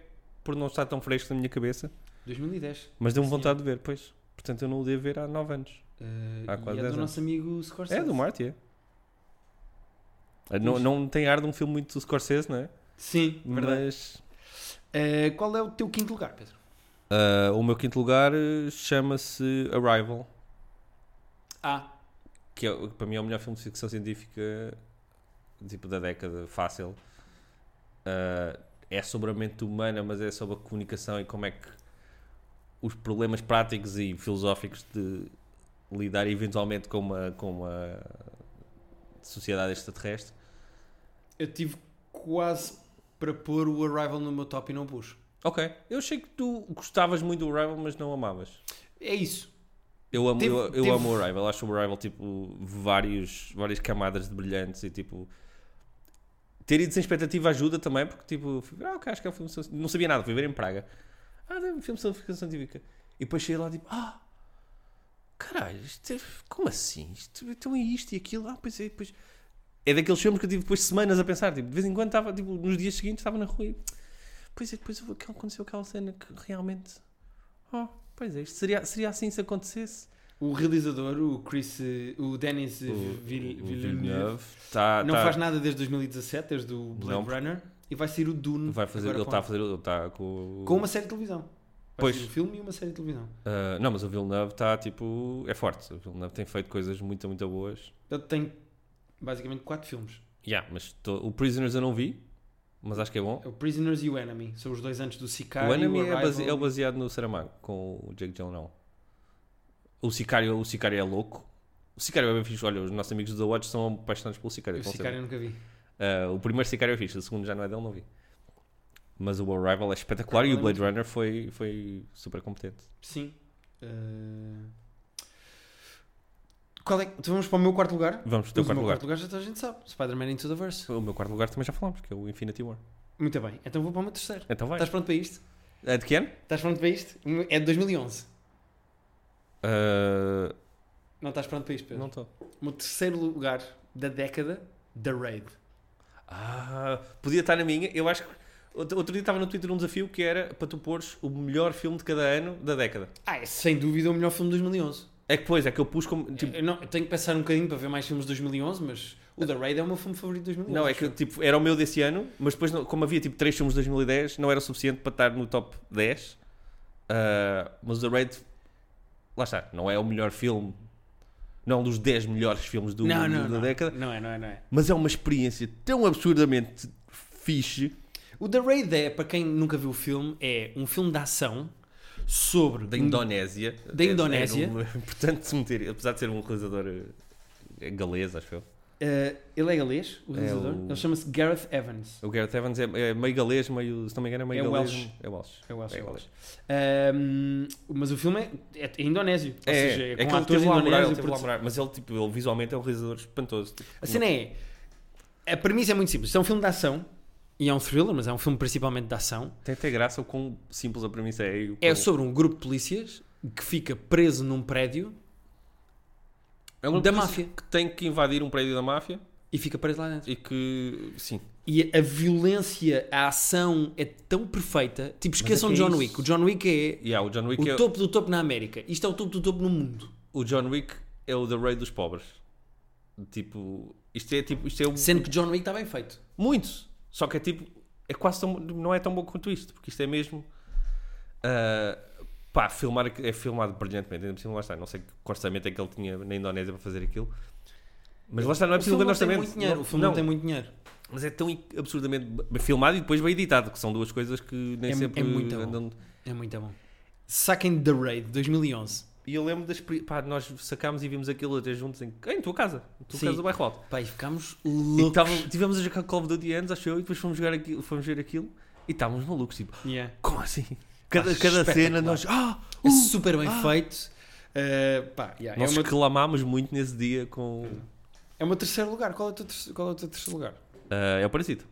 B: por não estar tão fresco na minha cabeça.
A: 2010.
B: Mas deu-me vontade de ver, pois. Portanto, eu não o devo ver há 9 anos.
A: Eh,
B: Há
A: e
B: quase
A: é
B: dez
A: do
B: anos.
A: nosso amigo Scorsese.
B: É do Marty, é. Não, não tem ar de um filme muito Scorsese, não é?
A: Sim, verdade.
B: Mas
A: Eh, qual é o teu quinto lugar, Pedro?
B: ah, o meu quinto lugar eh, chama-se Arrival,
A: Ah,
B: que é, o- para mim é o melhor filme de ficção científica tipo da década, fácil. Ah, é sobre a mente humana, mas é sobre a comunicação e como é que os problemas práticos e filosóficos de lidar eventualmente com uma, com uma sociedade extraterrestre.
A: eu tive quase para pôr o Arrival no meu top e não pus.
B: Ok, eu achei que tu gostavas muito do Arrival, mas não amavas.
A: É isso.
B: Eu amo,
A: Teve-
B: eu, eu
A: teve-
B: amo o Arrival, acho o Arrival tipo vários, várias camadas de brilhantes e tipo ter ido sem expectativa ajuda também, porque tipo, fui ver, ah, ok, acho que é um filme, de ciência- não sabia nada, fui ver em Praga. Ah, é um filme sobre ficção científica. E depois cheguei lá tipo, ah, caralho, isto é- como assim? Isto, então é isto e aquilo, ah, pois é, depois é daqueles filmes que eu tive depois semanas a pensar, tipo, de vez em quando estava, tipo, nos dias seguintes estava na rua e pois é, depois aconteceu aquela cena que realmente, oh, pois é, isto seria, seria assim se acontecesse.
A: O realizador, o Chris, eh, o Dennis eh,
B: O-
A: Vill-
B: o
A: Villeneuve,
B: tá,
A: não
B: tá-
A: faz nada desde 2017, desde o Blade
B: Não.
A: Runner, e vai sair o Dune.
B: vai fazer,
A: agora
B: ele
A: com-
B: está a fazer, ele está com,
A: com uma série de televisão. Vai
B: Pois.
A: ser um filme e uma série de televisão.
B: Ah, não, mas o Villeneuve está tipo, é forte. O Villeneuve tem feito coisas muito, muito boas.
A: Ele tem basicamente quatro filmes.
B: Yeah, mas tô- o Prisoners eu não vi, mas acho que é bom.
A: É O Prisoners e o Enemy. São os dois antes do Sicário.
B: o Enemy é,
A: Arrival.
B: base- é baseado no Saramago com o Jake Gyllenhaal. O Sicário, o Sicário é louco. O Sicário é bem fixe. Olha, os nossos amigos do The Watch são apaixonados pelo Sicário.
A: O
B: com
A: Sicário eu nunca vi.
B: Uh, o primeiro Sicário é fixe, o segundo já não é dele, não vi. Mas o Arrival é espetacular e o Blade Runner foi, foi super competente.
A: Sim. Eh, Qual é? Então vamos para o meu quarto lugar?
B: Vamos, teu
A: Mas o
B: quarto
A: meu
B: lugar.
A: quarto lugar já toda a gente sabe. Spider-Man Into the Verse.
B: O meu quarto lugar também já falámos, que é o Infinity War.
A: Muito bem. Então vou para o meu terceiro.
B: Então vai.
A: Estás pronto para isto?
B: É de que ano?
A: Estás pronto para isto? É de 2011.
B: Uh,
A: Não estás pronto para isto, Pedro?
B: não estou.
A: O meu terceiro lugar da década, The Raid.
B: Ah, podia estar na minha. Eu acho que. Outro outro dia estava no Twitter um desafio que era para tu pôres o melhor filme de cada ano da década.
A: Ah, é sem dúvida o melhor filme de 2011.
B: É que, pois, é que eu pus como. tipo,
A: Eu, não, eu tenho que pensar um bocadinho para ver mais filmes de 2011, mas o The Raid é o meu filme favorito de 2011.
B: não, é que tipo, era o meu desse ano, mas depois, não- como havia tipo 3 filmes de 2010, não era suficiente para estar no top 10. Ah, mas o The Raid, lá está, não é o melhor filme, não é um dos 10 melhores filmes do,
A: não, não,
B: da
A: não.
B: década,
A: Não é, não é, não é.
B: mas é uma experiência tão absurdamente fixe
A: O The Raid é, para quem nunca viu o filme, é um filme de ação sobre...
B: da Indonésia.
A: Da Indonésia.
B: É, é importante se meter, apesar de ser um realizador eh, é galês, acho eu.
A: Eh, ele é galês, o realizador.
B: o-
A: Ele chama-se Gareth Evans.
B: O Gareth Evans é, é meio galês, meio, se não me engano, é meio
A: É
B: galês.
A: Welsh.
B: É Welsh.
A: É o Elcio
B: É
A: Walsh.
B: Welsh.
A: Ahm, mas o filme é, é, é indonésio. Ou
B: É,
A: seja,
B: é
A: é
B: que
A: com
B: ele
A: atores
B: teve lá a morar, ele
A: indonésios.
B: teve lá a morar, mas ele, tipo, ele visualmente é um realizador espantoso. tipo,
A: A cena é. A premissa é muito simples. Isto é um filme de ação. E é um thriller, mas é um filme principalmente de ação.
B: Tem até graça o quão simples a premissa é. e o
A: É
B: quão-
A: sobre um grupo de polícias que fica preso num prédio
B: É um grupo
A: da
B: de
A: máfia.
B: Que tem que invadir um prédio da máfia
A: e fica preso lá dentro.
B: e que. Sim.
A: E a violência, a ação é tão perfeita. Tipo, esqueçam
B: é que é
A: John
B: isso.
A: Wick. O John Wick é
B: Yeah, o, John Wick
A: o
B: é,
A: topo do topo na América. Isto é o topo do topo no mundo.
B: o John Wick é o The Rei dos Pobres. Tipo. Isto é tipo. Isto é o-
A: Sendo que John Wick está bem feito.
B: Muito. Só que é tipo. É quase tão, não é tão bom quanto isto, porque isto é mesmo. ah, pá, filmar, é filmado brilhantemente. Ainda por cima, lá está. Não sei que orçamento é que ele tinha na Indonésia para fazer aquilo. Mas lá está, não é
A: o
B: preciso
A: filme
B: grande
A: não tem
B: orçamento.
A: muito dinheiro.
B: Não-
A: o filme não,
B: não,
A: tem muito dinheiro.
B: Mas é tão absurdamente bem filmado e depois bem editado, que são duas coisas que nem
A: É-
B: sempre
A: é muito bom.
B: andam.
A: É muito bom. Saquem The Raid 2011.
B: E eu lembro das. pri- Pá, nós sacámos e vimos aquilo até juntos em, em tua casa, em tua
A: Sim.
B: casa do bairro alto.
A: Pai, ficámos
B: E
A: loucos.
B: tava- tivemos a jogar Call of Duty antes, acho eu, e depois fomos, jogar aquilo, fomos ver aquilo e estávamos malucos, tipo,
A: Yeah.
B: como assim? Cada,
A: Acho
B: cada cena
A: espetacular.
B: nós. Ah!
A: É
B: uh!
A: super bem feito. Uh, pá, yeah,
B: Nós
A: é, o meu,
B: reclamámos muito nesse dia com.
A: é o meu terceiro lugar. Qual é o teu terceiro, qual é o teu terceiro lugar?
B: Ah, é o Parasita.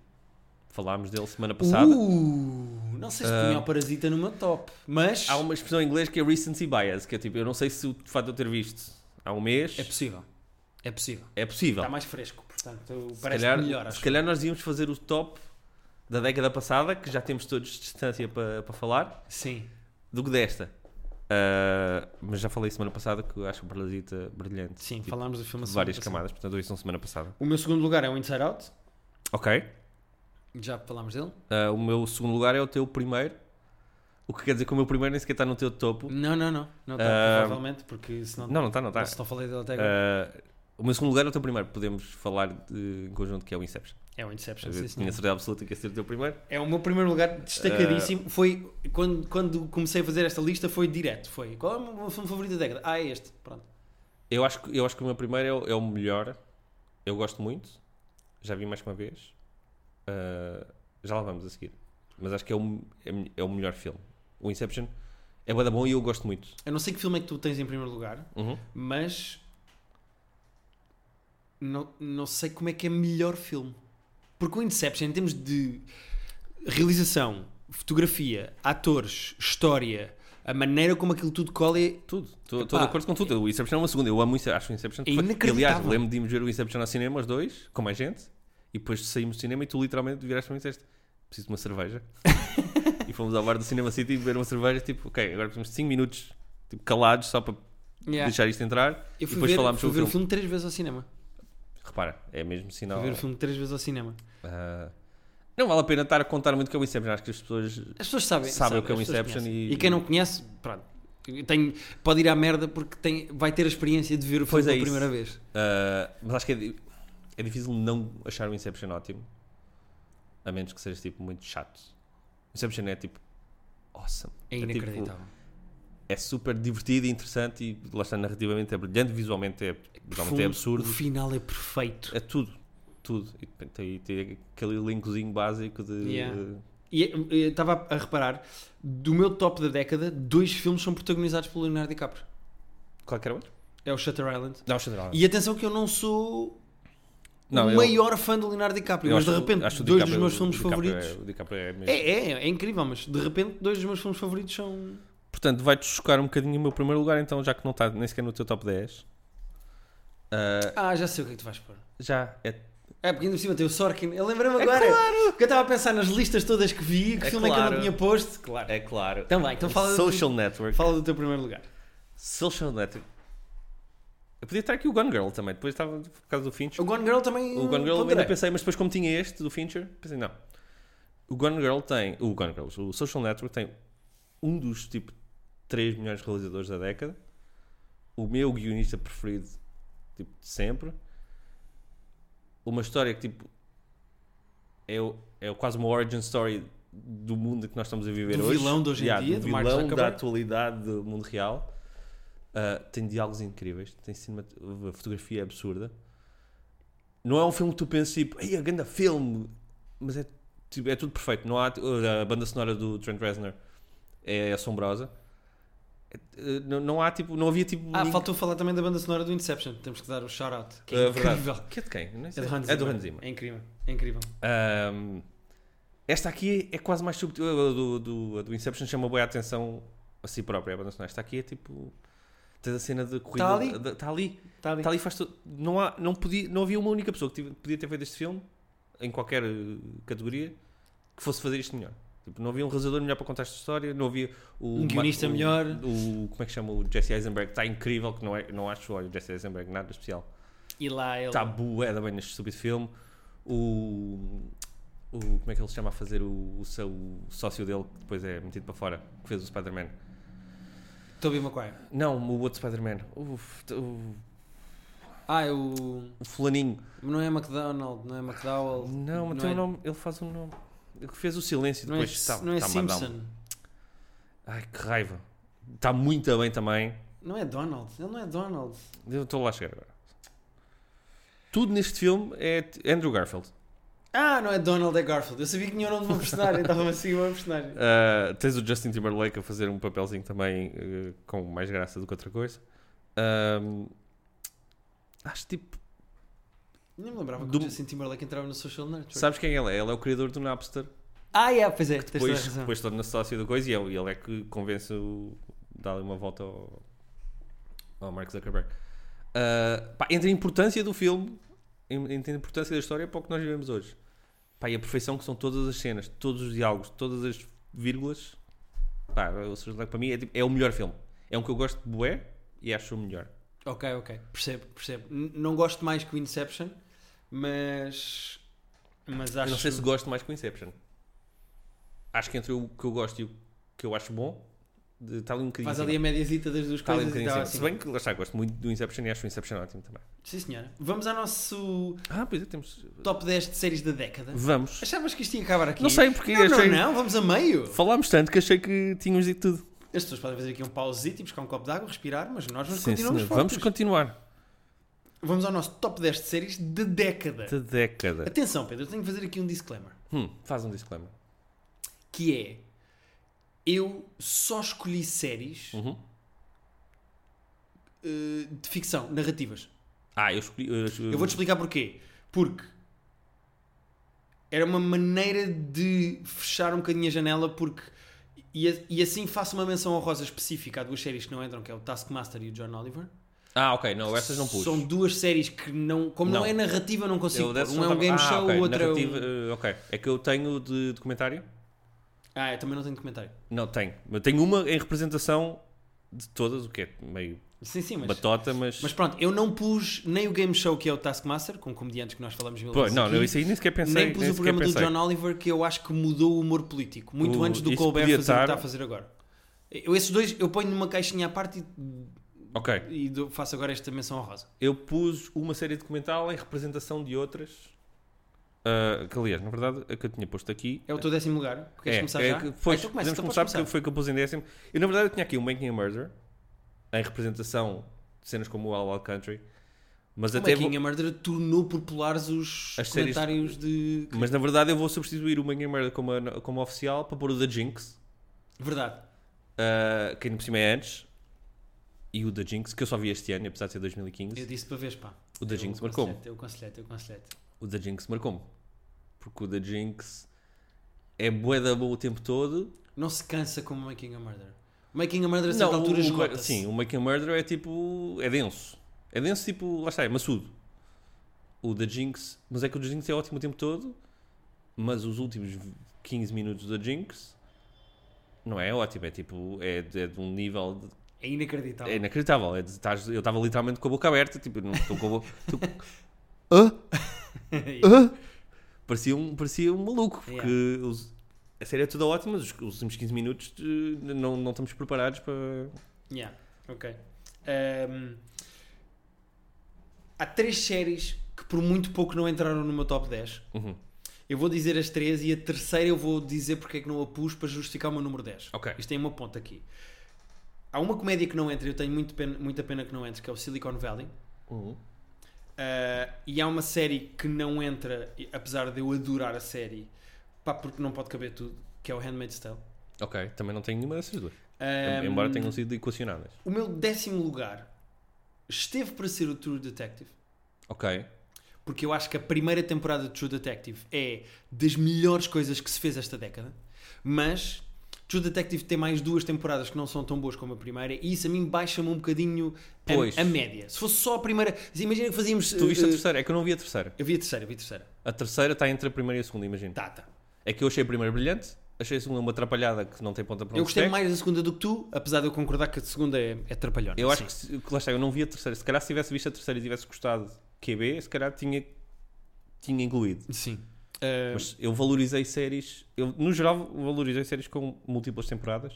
B: Falámos dele semana passada.
A: Uh, não sei se
B: Ah.
A: tinha o Parasita no meu top, mas
B: Há uma expressão em inglês que é recency bias, que é tipo, eu não sei se o fato de eu ter visto há um mês
A: é possível. É possível.
B: é possível.
A: Está mais fresco, portanto
B: Se
A: parece
B: calhar,
A: melhor.
B: se
A: Acho.
B: calhar nós íamos fazer o top da década passada, que já temos todos distância para para falar,
A: Sim.
B: do que desta. Ah, mas já falei semana passada que eu acho o Parasita brilhante.
A: Sim,
B: Tipo,
A: falámos do filme a
B: Várias
A: semana
B: camadas, portanto, isso na semana passada.
A: passada. O meu segundo lugar é o Inside Out,
B: Ok.
A: já falámos dele.
B: Ah, o meu segundo lugar é o teu primeiro. O que quer dizer que o meu primeiro nem sequer está no teu topo.
A: Não, não, não, não tá,
B: Ah,
A: provavelmente, porque senão
B: Não, tá. não está, não está.
A: se não falei dele até agora.
B: Ah, o meu segundo lugar é o teu primeiro. Podemos falar de- em conjunto que é o Inception.
A: é o Inception, sim,
B: Tinha
A: senhor.
B: certeza absoluta que ia ser o teu primeiro.
A: É o meu primeiro lugar
B: Ah.
A: destacadíssimo. Foi quando, quando comecei a fazer esta lista, foi direto. Foi qual é o meu filme favorito da década? Ah, é este. Pronto.
B: Eu acho que, eu acho que o meu primeiro é o, é o melhor. Eu gosto muito. Já vi mais que uma vez. Ah, já lá vamos a seguir. Mas acho que é o, é, o- é o melhor filme. O Inception é bada bom e eu gosto muito.
A: Eu não sei que filme é que tu tens em primeiro lugar,
B: Uhum.
A: mas não, não sei como é que é melhor filme. Porque o Inception, em termos de realização, fotografia, atores, história, a maneira como aquilo tudo é- colhe
B: Tudo. Estou
A: Epá.
B: de acordo com tudo. O Inception é uma segunda. Eu amo o Inception. Acho o Inception.
A: É
B: Aliás,
A: inacreditável.
B: lembro de irmos ver o Inception ao cinema, os dois, com mais gente. E depois saímos do cinema e tu literalmente viraste para mim e disseste: Preciso de uma cerveja. e fomos ao bar do Cinema City beber uma cerveja. Tipo, ok, agora temos 5 minutos tipo, calados só para deixar isto entrar.
A: Eu
B: e
A: fui
B: depois
A: ver,
B: falámos
A: fui
B: sobre
A: ver
B: o
A: o filme
B: filme.
A: três vezes ao cinema.
B: Repara, é mesmo sinal.
A: Fui ver o filme três vezes ao cinema.
B: Ah, não vale a pena estar a contar muito o que é o Inception. Acho que as pessoas.
A: As pessoas sabem,
B: Sabem o que é
A: as
B: o
A: pessoas
B: Inception
A: conhecem.
B: e-
A: quem não conhece, pronto, tem, pode ir à merda porque tem, vai ter a experiência de ver o filme
B: Pois é
A: pela
B: isso.
A: primeira vez.
B: Uh, mas acho que é, di- é difícil não achar o Inception ótimo. A menos que seja tipo muito chato. O Inception é tipo awesome.
A: É
B: tipo,
A: inacreditável.
B: é super divertido e interessante e lá está narrativamente é brilhante, visualmente é, visualmente é
A: Fundo,
B: absurdo.
A: O final é perfeito.
B: É tudo. Tudo. E depois tem, tem aquele linkozinho básico de.
A: Yeah. E eu- eu estava a reparar, do meu top da década, dois filmes são protagonizados pelo Leonardo DiCaprio.
B: Qual que era o outro?
A: É o Shutter Island.
B: Não, o Shutter Island.
A: E atenção que eu não sou
B: Ah. Não,
A: o
B: eu-
A: maior fã do Leonardo DiCaprio,
B: eu
A: mas de
B: acho-
A: repente
B: acho o
A: dois dos
B: DiCaprio-
A: meus
B: o
A: filmes
B: DiCaprio
A: favoritos...
B: É, o DiCaprio é mesmo.
A: É, é, é incrível, mas de repente dois dos meus filmes favoritos são...
B: Portanto, vai-te chocar um bocadinho o meu primeiro lugar, então, já que não está nem sequer no teu top 10. Ah,
A: Ah, já sei o que é que tu vais pôr.
B: já é
A: É, porque ainda por cima tem o Sorkin. Eu lembrei-me agora. claro. Porque eu estava a pensar nas listas todas que vi, que
B: É
A: filme é que eu
B: claro.
A: não tinha posto. Claro.
B: É claro.
A: Então vai, então fala,
B: Social Network.
A: do, fala do teu primeiro lugar.
B: Social Network. Eu podia estar aqui o Gone Girl também, depois estava por causa do Fincher.
A: O Gone Girl também.
B: O Gone Girl eu
A: ponderei.
B: ainda pensei, mas depois como tinha este do Fincher, pensei, não. O Gone Girl tem, o Gone Girls, o Social Network tem um dos, tipo, três melhores realizadores da década. O meu guionista preferido, tipo, de sempre. Uma história que, tipo, é, o- é quase uma origin story do mundo que nós estamos a viver
A: Do
B: hoje.
A: vilão de hoje em dia,
B: do
A: do Mark
B: vilão da
A: Zuckerberg.
B: atualidade do mundo real. Ah, tem diálogos incríveis, tem cinema, fotografia é absurda. Não é um filme que tu pensas tipo, ei, a grande filme, mas é, tipo, é tudo perfeito. Não há, ah, a banda sonora do Trent Reznor é assombrosa. É, eh, Não, não há tipo, não havia tipo.
A: Ah,
B: ninguém-
A: faltou falar também da banda sonora do Inception. Temos que dar o shout-out. Que é
B: Ah, verdade.
A: incrível.
B: Que é de quem? Não
A: É
B: sei.
A: do Hans
B: É do
A: Zimmer.
B: Hans Zimmer.
A: É incrível. É incrível.
B: Ahm, esta aqui é quase mais subtil. A do, do, a do Inception chama bem a atenção a si própria. A banda sonora. Esta aqui é tipo. Tens a cena da corrida.
A: Tá ali.
B: Está ali.
A: Está ali.
B: Tá ali faz tudo. Não, há, não, podia, não havia uma única pessoa que tive- podia ter feito este filme, em qualquer eh, categoria, que fosse fazer isto melhor. Tipo, não havia um realizador melhor para contar esta história, não havia o
A: Um guionista
B: o-
A: melhor.
B: O, como é que chama? O Jesse Eisenberg está incrível, que não, é, não acho, olha, o Jesse Eisenberg nada especial.
A: E lá ele.
B: Está bué da bem é, neste estúpido filme. O, o. Como é que ele se chama a fazer? O, o, seu, o sócio dele, que depois é metido para fora, que fez o Spider-Man.
A: Tobey Maguire.
B: Não, o outro Spider-Man. O, o,
A: Ah, é o.
B: o Fulaninho.
A: Não é McDonald, não é McDowell.
B: Não, mas tem
A: é,
B: um nome. Ele faz um nome. Ele que fez o silêncio
A: Não é,
B: depois. tá-
A: não é
B: tá-me a dar um-
A: Simpson.
B: Ai, que raiva. Está muito bem também.
A: Não é Donald. Ele não é Donald.
B: Eu estou lá a chegar agora. Tudo neste filme é t- Andrew Garfield.
A: Ah, não é Donald, é Garfield. Eu sabia que tinha o nome de uma personagem. Estava-me assim uma personagem.
B: Uh, tens o Justin Timberlake a fazer um papelzinho também uh, com mais graça do que outra coisa. Um, acho tipo.
A: Nem me lembrava que
B: Do-
A: o Justin Timberlake entrava no Social Network.
B: Sabes quem ele é? Ele é o criador do Napster.
A: Ah, é, pois é, tens toda a
B: Depois,
A: razão.
B: depois torna-se sócio da coisa e ele, ele é que convence o. dá-lhe uma volta ao, ao Mark Zuckerberg. Uh, pá, entre a importância do filme, en- entre a importância da história para o que nós vivemos hoje. Pá, e a perfeição que são todas as cenas, todos os diálogos, todas as vírgulas. Pá, o Social Network para mim é, tipo- é o melhor filme. É um que eu gosto de bué e acho o melhor.
A: Ok, ok. Percebo, percebo. N- não gosto mais que o Inception, mas. Mas
B: Eu
A: acho.
B: não sei se gosto mais que o Inception. Acho que entre o que eu gosto e o que eu acho bom, de- está ali um bocadinho.
A: Faz
B: em
A: ali a
B: cima.
A: médiazita das duas
B: Está ali um
A: coisas e
B: bocadinho
A: tal,
B: em cima.
A: assim.
B: Se bem que, lá está, gosto muito do Inception e acho o Inception ótimo também.
A: Sim, senhora. Vamos ao nosso
B: Ah, pois é, temos.
A: top 10 de séries da década.
B: Vamos.
A: Achavas que isto ia acabar aqui?
B: Não sei porque
A: Não, não,
B: achei-
A: não, vamos a meio.
B: Falámos tanto que achei que tínhamos dito tudo.
A: As pessoas podem fazer aqui um pausito e buscar um copo de água, respirar, mas nós vamos
B: Sim,
A: continuamos
B: senhor.
A: fortes.
B: Vamos continuar.
A: Vamos ao nosso top 10 de séries de década.
B: Da década.
A: Atenção, Pedro, eu tenho que fazer aqui um disclaimer.
B: Hum, faz um disclaimer.
A: Que é... Eu só escolhi séries
B: Uhum.
A: eh, de ficção, narrativas.
B: Ah, eu escolhi. Eu,
A: Eu vou-te explicar porquê. Porque era uma maneira de fechar um bocadinho a janela porque e, a- e assim faço uma menção honrosa específica a duas séries que não entram, que é o Taskmaster e o John Oliver.
B: Ah, ok, não, essas não puxo.
A: São duas séries que não, como não,
B: Não.
A: é narrativa, não
B: Eu
A: consigo. pôr.
B: dessas
A: Um é
B: não
A: um
B: tava-
A: game
B: Ah,
A: show,
B: ok,
A: o outro
B: narrativa,
A: é um...
B: eh, Ok, é que eu tenho de documentário?
A: Ah, eu também não tenho comentário.
B: Não, tenho. Mas tenho uma em representação de todas, o que é meio
A: Sim, sim, mas...
B: batota, mas.
A: Mas pronto, eu não pus nem o game show que é o Taskmaster, com comediantes que nós falamos mil
B: Pô,
A: vezes
B: não,
A: aqui,
B: não, isso aí nem sequer pensei.
A: nem pus o
B: sequer
A: programa do
B: pensei.
A: John Oliver que eu acho que mudou o humor político, muito
B: O-
A: antes do
B: isso
A: Colbert fazer
B: podia
A: o que
B: estar-
A: está a fazer agora. Eu, esses dois eu ponho numa caixinha à parte e,
B: Ok,
A: e dou- faço agora esta menção honrosa.
B: eu pus uma série documental em representação de outras. ah, que aliás, na verdade, a que eu tinha posto aqui. é
A: É o teu décimo lugar. Queres começar já?
B: que- pois,
A: Ah, então começa,
B: podemos
A: então podes
B: começar porque foi o que eu pus em décimo. Eu, na verdade, eu tinha aqui um o Making a Murder em representação de cenas como o All Out Country, mas
A: O
B: até. vou-
A: Making a Murder tornou populares os
B: As séries-
A: comentários de...
B: Mas na verdade eu vou substituir o Manhã Merda como, a- como oficial para pôr o da Jinx,
A: Verdade.
B: ah, que ainda por cima é antes, e o da Jinx, que eu só vi este ano, apesar de ser 2015.
A: Eu disse para vez, pá.
B: O da
A: Eu
B: Jinx marcou-me.
A: aconselho-te, Eu aconselho-te, eu aconselho-te.
B: O da Jinx marcou-me. Porque o da Jinx é bué da boa o tempo todo.
A: Não se cansa como o Making a Murder. O Making a Murder a certa altura
B: o, o,
A: esgota-se.
B: sim, o Making a Murder é tipo. é denso. É denso, tipo, lá está, é maçudo. O da Jinx. Mas é que o da Jinx é ótimo o tempo todo, mas os últimos 15 minutos da Jinx não é ótimo, é tipo. é, de- é de um nível de-
A: É inacreditável.
B: É inacreditável. É de- estás- eu estava literalmente com a boca aberta. Tipo, não estou com a boca. tu- parecia, um, parecia um maluco. Porque os- a série é toda ótima, mas os, os últimos 15 minutos eh, não, não estamos preparados para.
A: Yeah, ok. Ahm, há três séries que por muito pouco não entraram no meu top 10.
B: Uhum.
A: Eu vou dizer as três e a terceira eu vou dizer porque é que não a pus para justificar o meu número 10.
B: Ok.
A: Isto tem uma ponta aqui. Há uma comédia que não entra, eu tenho muito pena- muita pena que não entre, que é o Silicon Valley.
B: Uhum.
A: Ah, e há uma série que não entra, e- apesar de eu adorar a série, pá, porque não pode caber tudo, que é o Handmaid's Tale.
B: Ok, também não tenho nenhuma dessas duas.
A: Ahm,
B: Embora tenham sido equacionadas.
A: O meu décimo lugar esteve para ser o True Detective,
B: Ok.
A: porque eu acho que a primeira temporada de True Detective é das melhores coisas que se fez esta década, mas True Detective tem mais duas temporadas que não são tão boas como a primeira, e isso a mim baixa-me um bocadinho a-
B: Pois.
A: a, média. Se fosse só a primeira, assim, imagina que fazíamos.
B: Tu viste a
A: eh,
B: terceira? É que eu não vi a terceira.
A: Eu vi a terceira, eu vi a terceira.
B: A terceira está entre a primeira e a segunda, imagino.
A: Tá, tá.
B: É que eu achei a primeira brilhante, achei a segunda uma atrapalhada que não tem ponta para um
A: Eu gostei mais da segunda do que tu, apesar de eu concordar que a segunda é, é trapalhona.
B: Eu acho
A: Sim.
B: que, se- que lá está, eu não vi a terceira. Se calhar se tivesse visto a terceira e tivesse gostado QB, se calhar tinha, tinha incluído.
A: Sim. Ah,
B: Mas eu valorizei séries, eu no geral valorizei séries com múltiplas temporadas.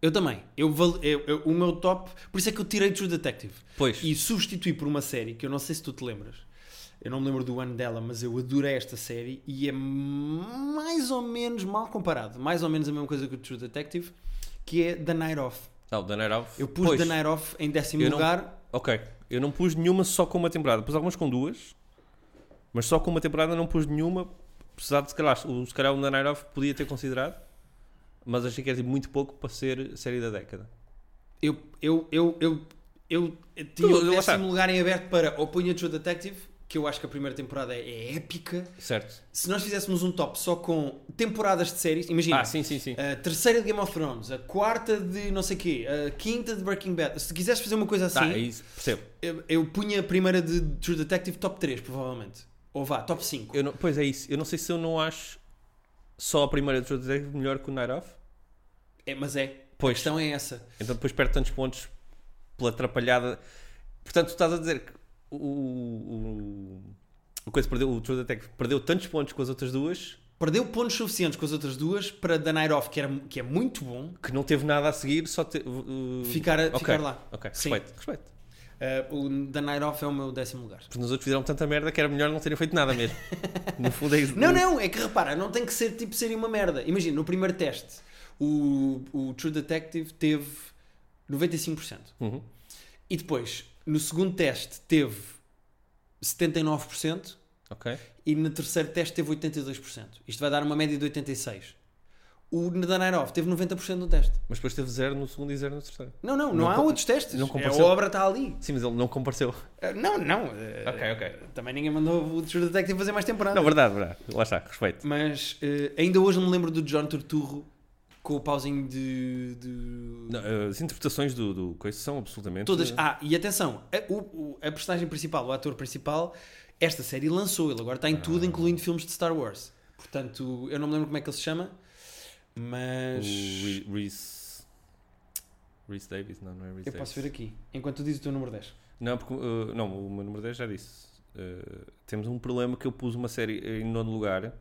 A: Eu também. Eu, val- eu- eu- o meu top. Por isso é que eu tirei True Detective.
B: Pois.
A: E substituí por uma série que eu não sei se tu te lembras. Eu não me lembro do ano dela, mas eu adorei esta série e é mais ou menos mal comparado. Mais ou menos a mesma coisa que o True Detective, que é The Night Off.
B: Não, The Night Off.
A: Eu pus
B: Pois,
A: The Night Off em décimo
B: Eu não-
A: lugar.
B: Ok, eu não pus nenhuma só com uma temporada. Pus algumas com duas, mas só com uma temporada não pus nenhuma. Apesar de se calhar o, se calhar o The Night Off podia ter considerado, mas achei que era tipo, muito pouco para ser série da década.
A: Eu, eu, eu, eu, eu tinha
B: Tu-
A: o
B: lá está.
A: décimo lugar em aberto para ou punha True Detective, que eu acho que a primeira temporada é épica.
B: Certo.
A: Se nós fizéssemos um top só com temporadas de séries, imagina.
B: Ah, sim, sim, sim.
A: A terceira de Game of Thrones, a quarta de não sei quê, a quinta de Breaking Bad. Se quiseres fazer uma coisa assim,
B: Tá, é isso, percebo.
A: eu, eu punha a primeira de True Detective top 3, provavelmente. Ou vá, top 5.
B: Eu não- pois é isso. Eu não sei é se eu não acho só a primeira de True Detective melhor que o Night Off.
A: É, mas é. A
B: Pois,
A: questão é essa.
B: então depois perde tantos pontos pela atrapalhada. Portanto, tu estás a dizer que o, o, o coisa perdeu, o True Detective perdeu tantos pontos com as outras duas
A: Perdeu pontos suficientes com as outras duas para The Night Off, que, era, que é muito bom,
B: que não teve nada a seguir, só te, uh,
A: ficar,
B: ok,
A: ficar lá.
B: Ok,
A: Sim.
B: respeito, respeito.
A: Uh, o The Night Off é o meu décimo lugar.
B: Porque nos outros fizeram tanta merda que era melhor não terem feito nada mesmo. no fundo é isso.
A: Não, não, é que repara, não tem que ser tipo serem uma merda. Imagina, no primeiro teste, o, o True Detective teve 95%.
B: Uhum.
A: E depois, no segundo teste, teve 79%.
B: Ok.
A: E no terceiro teste teve 82%. Isto vai dar uma média de 86%. O Nadanarov teve 90% no teste.
B: Mas depois teve zero no segundo e zero no terceiro.
A: Não, não, não,
B: Não
A: há
B: com-
A: outros testes.
B: não
A: é, a
B: compareceu.
A: obra está ali.
B: Sim, mas ele não compareceu.
A: Eh, Não, não. eh,
B: Ok, ok.
A: Também ninguém mandou o True Detective fazer mais temporada.
B: Não, verdade, verdade. Lá está, respeito.
A: Mas eh, ainda hoje me lembro do John Turturro com o pauzinho de. de-
B: Não, eh, as interpretações do, do coisa são absolutamente.
A: Todas. Ah, e atenção, a, o- o- a personagem principal, o ator principal, esta série lançou, ele agora está em
B: Ah.
A: tudo, incluindo filmes de Star Wars. Portanto, eu não me lembro como é que ele se chama,
B: O
A: mas.
B: Re- Reese. Reese Davis, não, não é Reese
A: Eu
B: Davis.
A: posso ver aqui, enquanto tu dizes o teu número 10.
B: Não, porque. eh, não, o meu número 10 já disse. Eh, temos um problema que eu pus uma série em nono lugar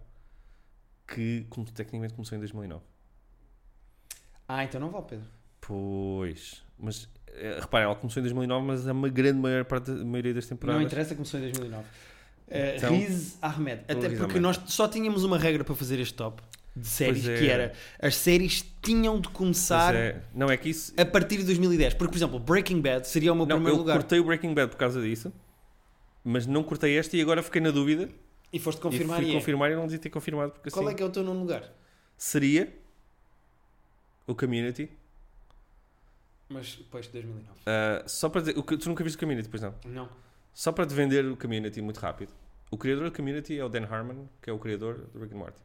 B: que como, tecnicamente começou em 2009.
A: Ah, então não vale, Pedro.
B: Pois. Mas eh, reparem, ela começou em 2009, mas a ma- grande maior parte, a maioria das
A: Não
B: temporadas.
A: interessa, começou em 2009. Eh,
B: Então-
A: Riz Ahmed. Até
B: Riz
A: porque
B: Ahmed.
A: nós só tínhamos uma regra para fazer este top de séries,
B: Pois é.
A: que era as séries tinham de
B: Mas
A: começar
B: é- não é que isso.
A: a partir de 2010. Porque, por exemplo, Breaking Bad seria o meu
B: Não,
A: primeiro
B: eu
A: lugar.
B: cortei o Breaking Bad por causa disso, mas não cortei esta e agora fiquei na dúvida.
A: E foste confirmar
B: e
A: e,
B: fui
A: é.
B: confirmar e não devia ter confirmado porque
A: Qual
B: assim
A: é que é o teu nono lugar?
B: seria o Community.
A: Mas depois de 2009.
B: Ah, só para dizer, o que- tu nunca viste o Community, pois não?
A: Não.
B: Só para te vender o Community muito rápido. O criador do Community é o Dan Harmon, que é o criador do Rick and Morty.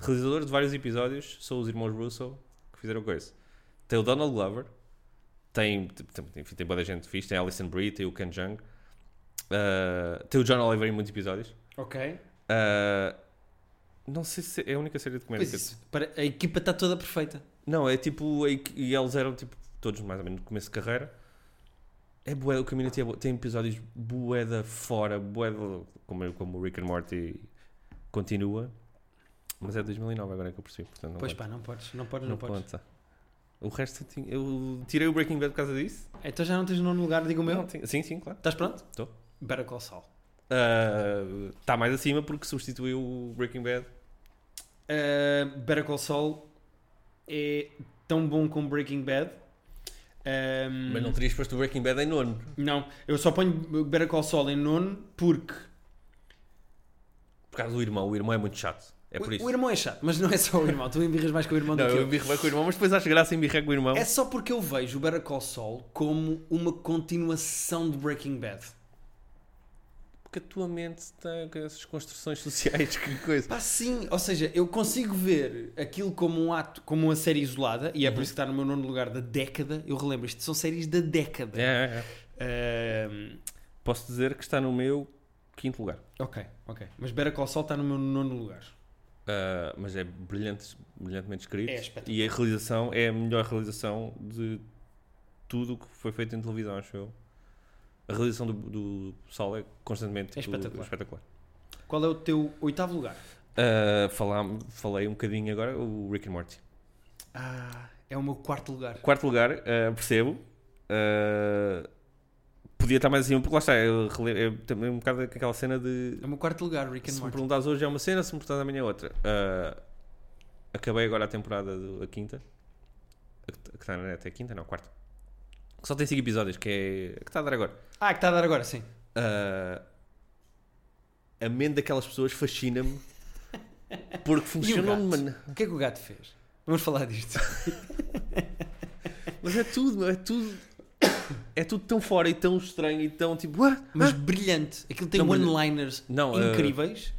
B: Realizador de vários episódios são os irmãos Russo que fizeram coisa. Tem o Donald Glover, tem, tem, tem, enfim, tem boa gente fixe, tem a Alison Brie, tem o Ken Jeong, ah, tem o John Oliver em muitos episódios.
A: Ok.
B: Ah, não sei se é a única série de comédia
A: Pois
B: que eu-
A: isso, para- a equipa está toda perfeita.
B: Não, é tipo. é que- E eles eram tipo. Todos mais ou menos no começo de carreira. É bué, o Community é bué, tem episódios bué da fora, bué da- como, como o Rick and Morty continua. Mas é de 2009 agora é que eu percebi, portanto não,
A: Pois
B: conta.
A: pá, não podes, não podes,
B: não,
A: não, podes.
B: conta. O resto eu, tinha- eu tirei o Breaking Bad por causa disso.
A: Então já não tens nono lugar, digo o
B: Não,
A: meu.
B: tinha- sim, sim, claro.
A: Estás pronto?
B: Tô.
A: Better Call Saul.
B: Está tá mais acima porque substituiu o Breaking Bad.
A: Uh, Better Call Saul é tão bom como Breaking Bad. Um,
B: Mas não terias posto o Breaking Bad em nono.
A: não, eu só ponho Better Call Saul em nono porque
B: Por causa do irmão. O irmão é muito chato. É por
A: o,
B: isso.
A: o irmão é chato, mas não é só o irmão. tu embirras mais com o irmão
B: Não,
A: do que
B: eu
A: eu.
B: embirrei com o irmão, mas depois acho graça embirrar com o irmão.
A: É só porque eu vejo o Better Call Saul como uma continuação de Breaking Bad.
B: Porque a tua mente tem essas construções sociais, que coisa.
A: Pá, sim, ou seja, eu consigo ver aquilo como um ato, como uma série isolada, e é
B: Uhum.
A: por isso que está no meu nono lugar da década. Eu relembro, isto são séries da década.
B: É, é, é.
A: Um,
B: Posso dizer que está no meu quinto lugar.
A: Ok, ok. Mas Better Call Saul está no meu nono lugar.
B: Ah, mas é brilhante, brilhantemente escrito.
A: É espetacular.
B: e a realização é a melhor realização de tudo o que foi feito em televisão, acho eu. A realização do, do Sol é constantemente
A: É
B: tipo,
A: espetacular. Qual é o teu oitavo lugar?
B: Ah, falam- falei um bocadinho agora o Rick and Morty.
A: Ah, é o meu quarto lugar.
B: Quarto lugar, ah, percebo. Ah, podia estar mais acima, porque lá está, eu rele- é também um bocado aquela cena de
A: É o meu quarto lugar, Rick and
B: se me
A: Morty.
B: perguntares hoje é uma cena, se me perguntares amanhã é outra. Ah, acabei agora a temporada, do, a quinta. A que está na net é a quinta? Não, a quarta. Que só tem 5 episódios, que é. a que está a dar agora.
A: Ah, que está a dar agora, sim.
B: Ah, a mente daquelas pessoas fascina-me. Porque funcionam de
A: gato?
B: maneira.
A: O que é que o gato fez? Vamos falar disto.
B: Mas é tudo, meu, é tudo. É tudo tão fora e tão estranho e tão tipo. "Ah, ah."
A: Mas brilhante. Aquilo tem
B: Não, mas-
A: one-liners
B: Não, ah,
A: incríveis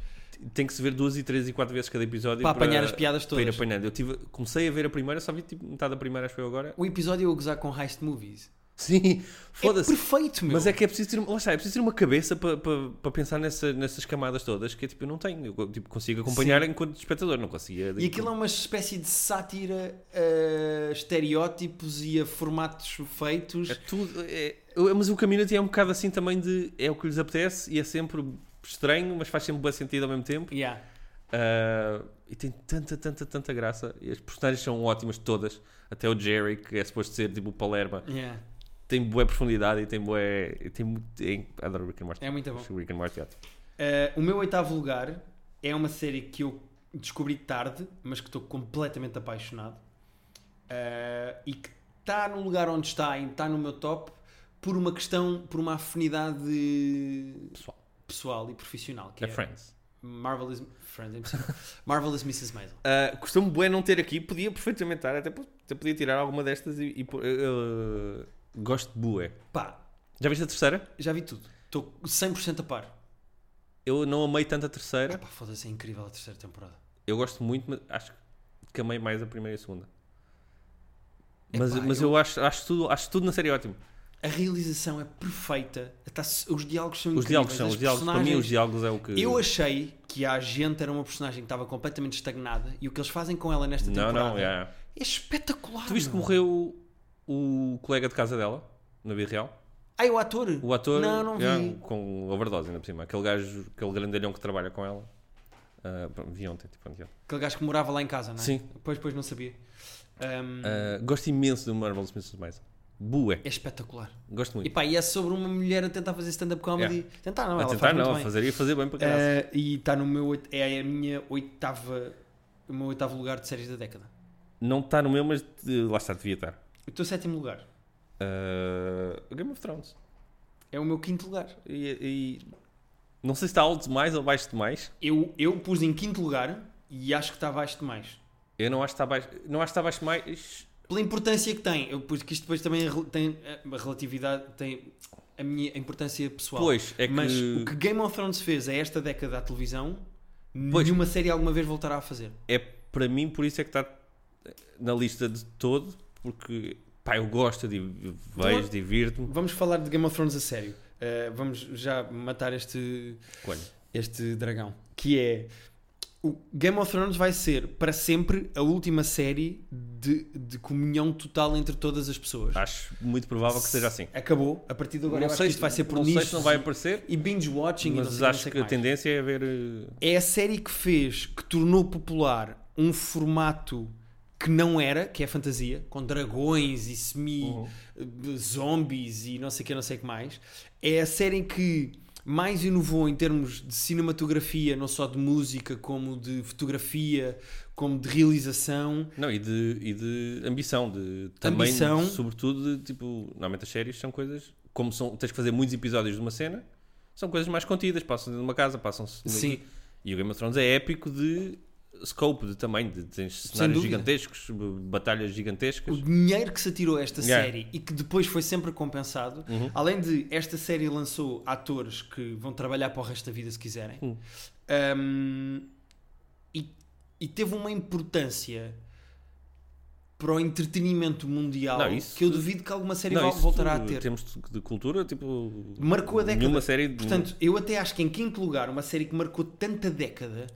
B: tem que se ver duas e três e quatro vezes cada episódio
A: para apanhar as piadas
B: para ir
A: todas.
B: apanhando. Eu tive, comecei a ver a primeira, só vi tipo, metade da primeira, acho que foi agora.
A: O episódio eu a gozar com heist movies.
B: Sim,
A: É
B: foda-se.
A: perfeito, meu.
B: Mas é que é preciso ter, uma- lá está, é preciso ter uma cabeça para pensar nessa- nessas camadas todas que é tipo, eu não tenho. Eu tipo, consigo acompanhar enquanto espectador, não conseguia. tipo,
A: E aquilo é uma espécie de sátira a estereótipos e a formatos feitos.
B: É tudo. é- é- mas o Community é um bocado assim também de. É o que lhes apetece e é sempre estranho, mas faz sempre bom sentido ao mesmo tempo.
A: Yeah.
B: Ah, e tem tanta, tanta, tanta graça. E as personagens são ótimas todas. Até o Jerry, que é suposto ser tipo o Palerma,
A: Yeah.
B: tem boa profundidade e tem boa. Tem muito. é- adoro Rick and Morty.
A: É muito bom.
B: Acho Rick and Morty ótimo.
A: Uh, o meu oitavo lugar é uma série que eu descobri tarde, mas que estou completamente apaixonado Uh, e que está no lugar onde está, e está no meu top, por uma questão, por uma afinidade
B: Pessoal.
A: pessoal e profissional. Que
B: É
A: é,
B: Friends.
A: Marvelous, Friends, é impossível. Marvelous Mrs. Maisel.
B: Ah, Costumo bem não ter aqui, podia perfeitamente estar, até, po- até podia tirar alguma destas e, e pôr- eh, eh, gosto de bué.
A: Pá,
B: Já viste a terceira?
A: já vi tudo. Estou 100% a par.
B: Eu não amei tanto a terceira.
A: Epá, foda-se, é incrível a terceira temporada.
B: Eu gosto muito, mas acho que amei mais a primeira e a segunda. Mas,
A: Epá,
B: mas eu, acho, acho, tudo, acho tudo na série ótimo.
A: A realização é perfeita. Tá- os diálogos são
B: Os
A: incríveis.
B: diálogos são,
A: as
B: os diálogos, para mim,
A: personagens-
B: os diálogos é o que.
A: Eu achei que a agente era uma personagem que estava completamente estagnada e o que eles fazem com ela nesta
B: Não,
A: temporada
B: não, é.
A: é espetacular.
B: Tu viste que
A: meu.
B: morreu o colega de casa dela, na vida real?
A: Ai, Ah, o ator?
B: O ator.
A: Não, não
B: é,
A: vi.
B: com overdose ainda por cima. Aquele gajo, aquele grandalhão que trabalha com ela. Ah, pronto, vi ontem, tipo, ontem.
A: Aquele gajo que morava lá em casa, não é?
B: Sim.
A: Depois, depois não sabia. Um,
B: Ah, gosto imenso do Marvel's Mrs. Maisel. Bué.
A: É espetacular.
B: Gosto
A: E
B: muito.
A: pá, e é sobre uma mulher a tentar fazer stand-up comedy. Tentar não,
B: a
A: ela
B: tentar
A: faz muito
B: não, a
A: bem.
B: fazer e fazer bem para caralho.
A: Eh, e está no meu... oit- É a minha oitava... O meu oitavo lugar de séries da década.
B: Não está no meu, mas eh, lá está, devia estar.
A: O teu sétimo lugar
B: Ah, Game of Thrones.
A: é o meu quinto lugar.
B: E, e- não sei se está alto demais ou baixo demais.
A: Eu, eu pus em quinto lugar e acho que está abaixo demais.
B: Eu não acho que está baixo, não acho que está baixo demais.
A: pela importância que tem, eu- porque isto depois também é rel- tem eh, uma relatividade, tem a minha importância pessoal.
B: Pois, é que
A: Mas o que Game of Thrones fez a esta década à televisão,
B: Pois.
A: nenhuma série alguma vez voltará a fazer.
B: é para mim por isso é que está na lista de todo, porque pá, eu gosto de vejo,
A: Então-
B: divirto-me.
A: Vamos falar de Game of Thrones a sério. Eh, vamos já matar este,
B: Coelho.
A: este dragão. Que é. O Game of Thrones vai ser para sempre a última série de, de comunhão total entre todas as pessoas.
B: Acho muito provável Ah, que seja assim.
A: Acabou. A partir de agora, eu acho que isto vai ser por
B: não sei se
A: nicho
B: não vai aparecer,
A: e binge-watching. e não sei o
B: mas
A: quê, não
B: acho
A: sei o
B: que
A: que
B: a
A: mais.
B: tendência é haver eh,
A: é a série que fez, que tornou popular um formato que não era, que é fantasia, com dragões e semi-zombies e não sei o que, não sei o que mais. É a série que mais inovou em termos de cinematografia, não só de música, como de fotografia, como de realização.
B: não, e, de, e de ambição, de também,
A: Ambição.
B: sobretudo, de, tipo, normalmente as séries são coisas, como são, tens que fazer muitos episódios de uma cena, são coisas mais contidas, passam dentro de uma casa, passam-se no-
A: Sim,
B: E o Game of Thrones é épico de scope, de tamanho, de, tens cenários
A: dúvida.
B: gigantescos, b- batalhas
A: o
B: gigantescas.
A: dinheiro que se atirou a esta
B: Yeah. Uhum.
A: série e que depois foi sempre compensado, além de esta série lançou atores que vão trabalhar para o resto da vida se quiserem,
B: Hum.
A: Um, e, e teve uma importância para o entretenimento mundial
B: Não, isso-
A: que eu duvido que alguma série
B: Não,
A: vol-
B: isso
A: voltará a
B: em
A: ter.
B: termos de, de cultura, tipo.
A: Marcou a década.
B: Nenhuma série. de-
A: Portanto, eu até acho que em quinto lugar, uma série que marcou tanta década,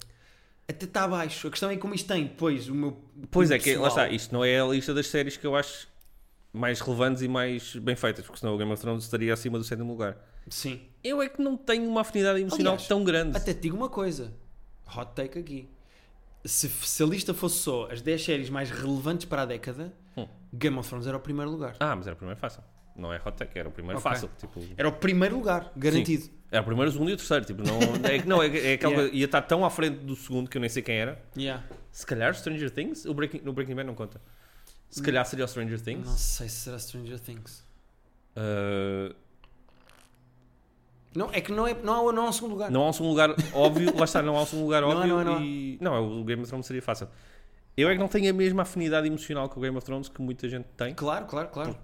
A: até está abaixo. A questão é como isto tem, pois, o meu.
B: pois
A: o
B: é, que, lá
A: pessoal-
B: está. Isto não é a lista das séries que eu acho mais relevantes e mais bem feitas, porque senão o Game of Thrones estaria acima do sétimo lugar.
A: Sim.
B: Eu é que não tenho uma afinidade emocional
A: Aliás,
B: tão grande.
A: Até te digo uma coisa: hot take aqui. Se, se a lista fosse só as 10 séries mais relevantes para a década,
B: Hum.
A: Game of Thrones era o primeiro lugar.
B: Ah, mas era o primeiro fácil. Não é hot take, era o primeiro
A: Ok.
B: fácil. Tipo,
A: Era o primeiro lugar, garantido.
B: era o primeiro, o segundo e o terceiro. Tipo, não, é, que- não, é, é aquela.
A: Yeah.
B: Ia estar tão à frente do segundo que eu nem sei quem era.
A: Yeah.
B: Se calhar Stranger Things, o Breaking, no Breaking Bad não conta. Se calhar seria o Stranger Things.
A: Não sei se será Stranger Things.
B: Uh,
A: Não, é que não, é, não, há, não há um segundo lugar.
B: não há um segundo lugar óbvio, lá está, não há um segundo lugar
A: Não há,
B: óbvio.
A: não há, não há.
B: e... não, é o Game of Thrones seria fácil. Eu é que não tenho a mesma afinidade emocional com o Game of Thrones que muita gente tem,
A: Claro, claro, claro.
B: é?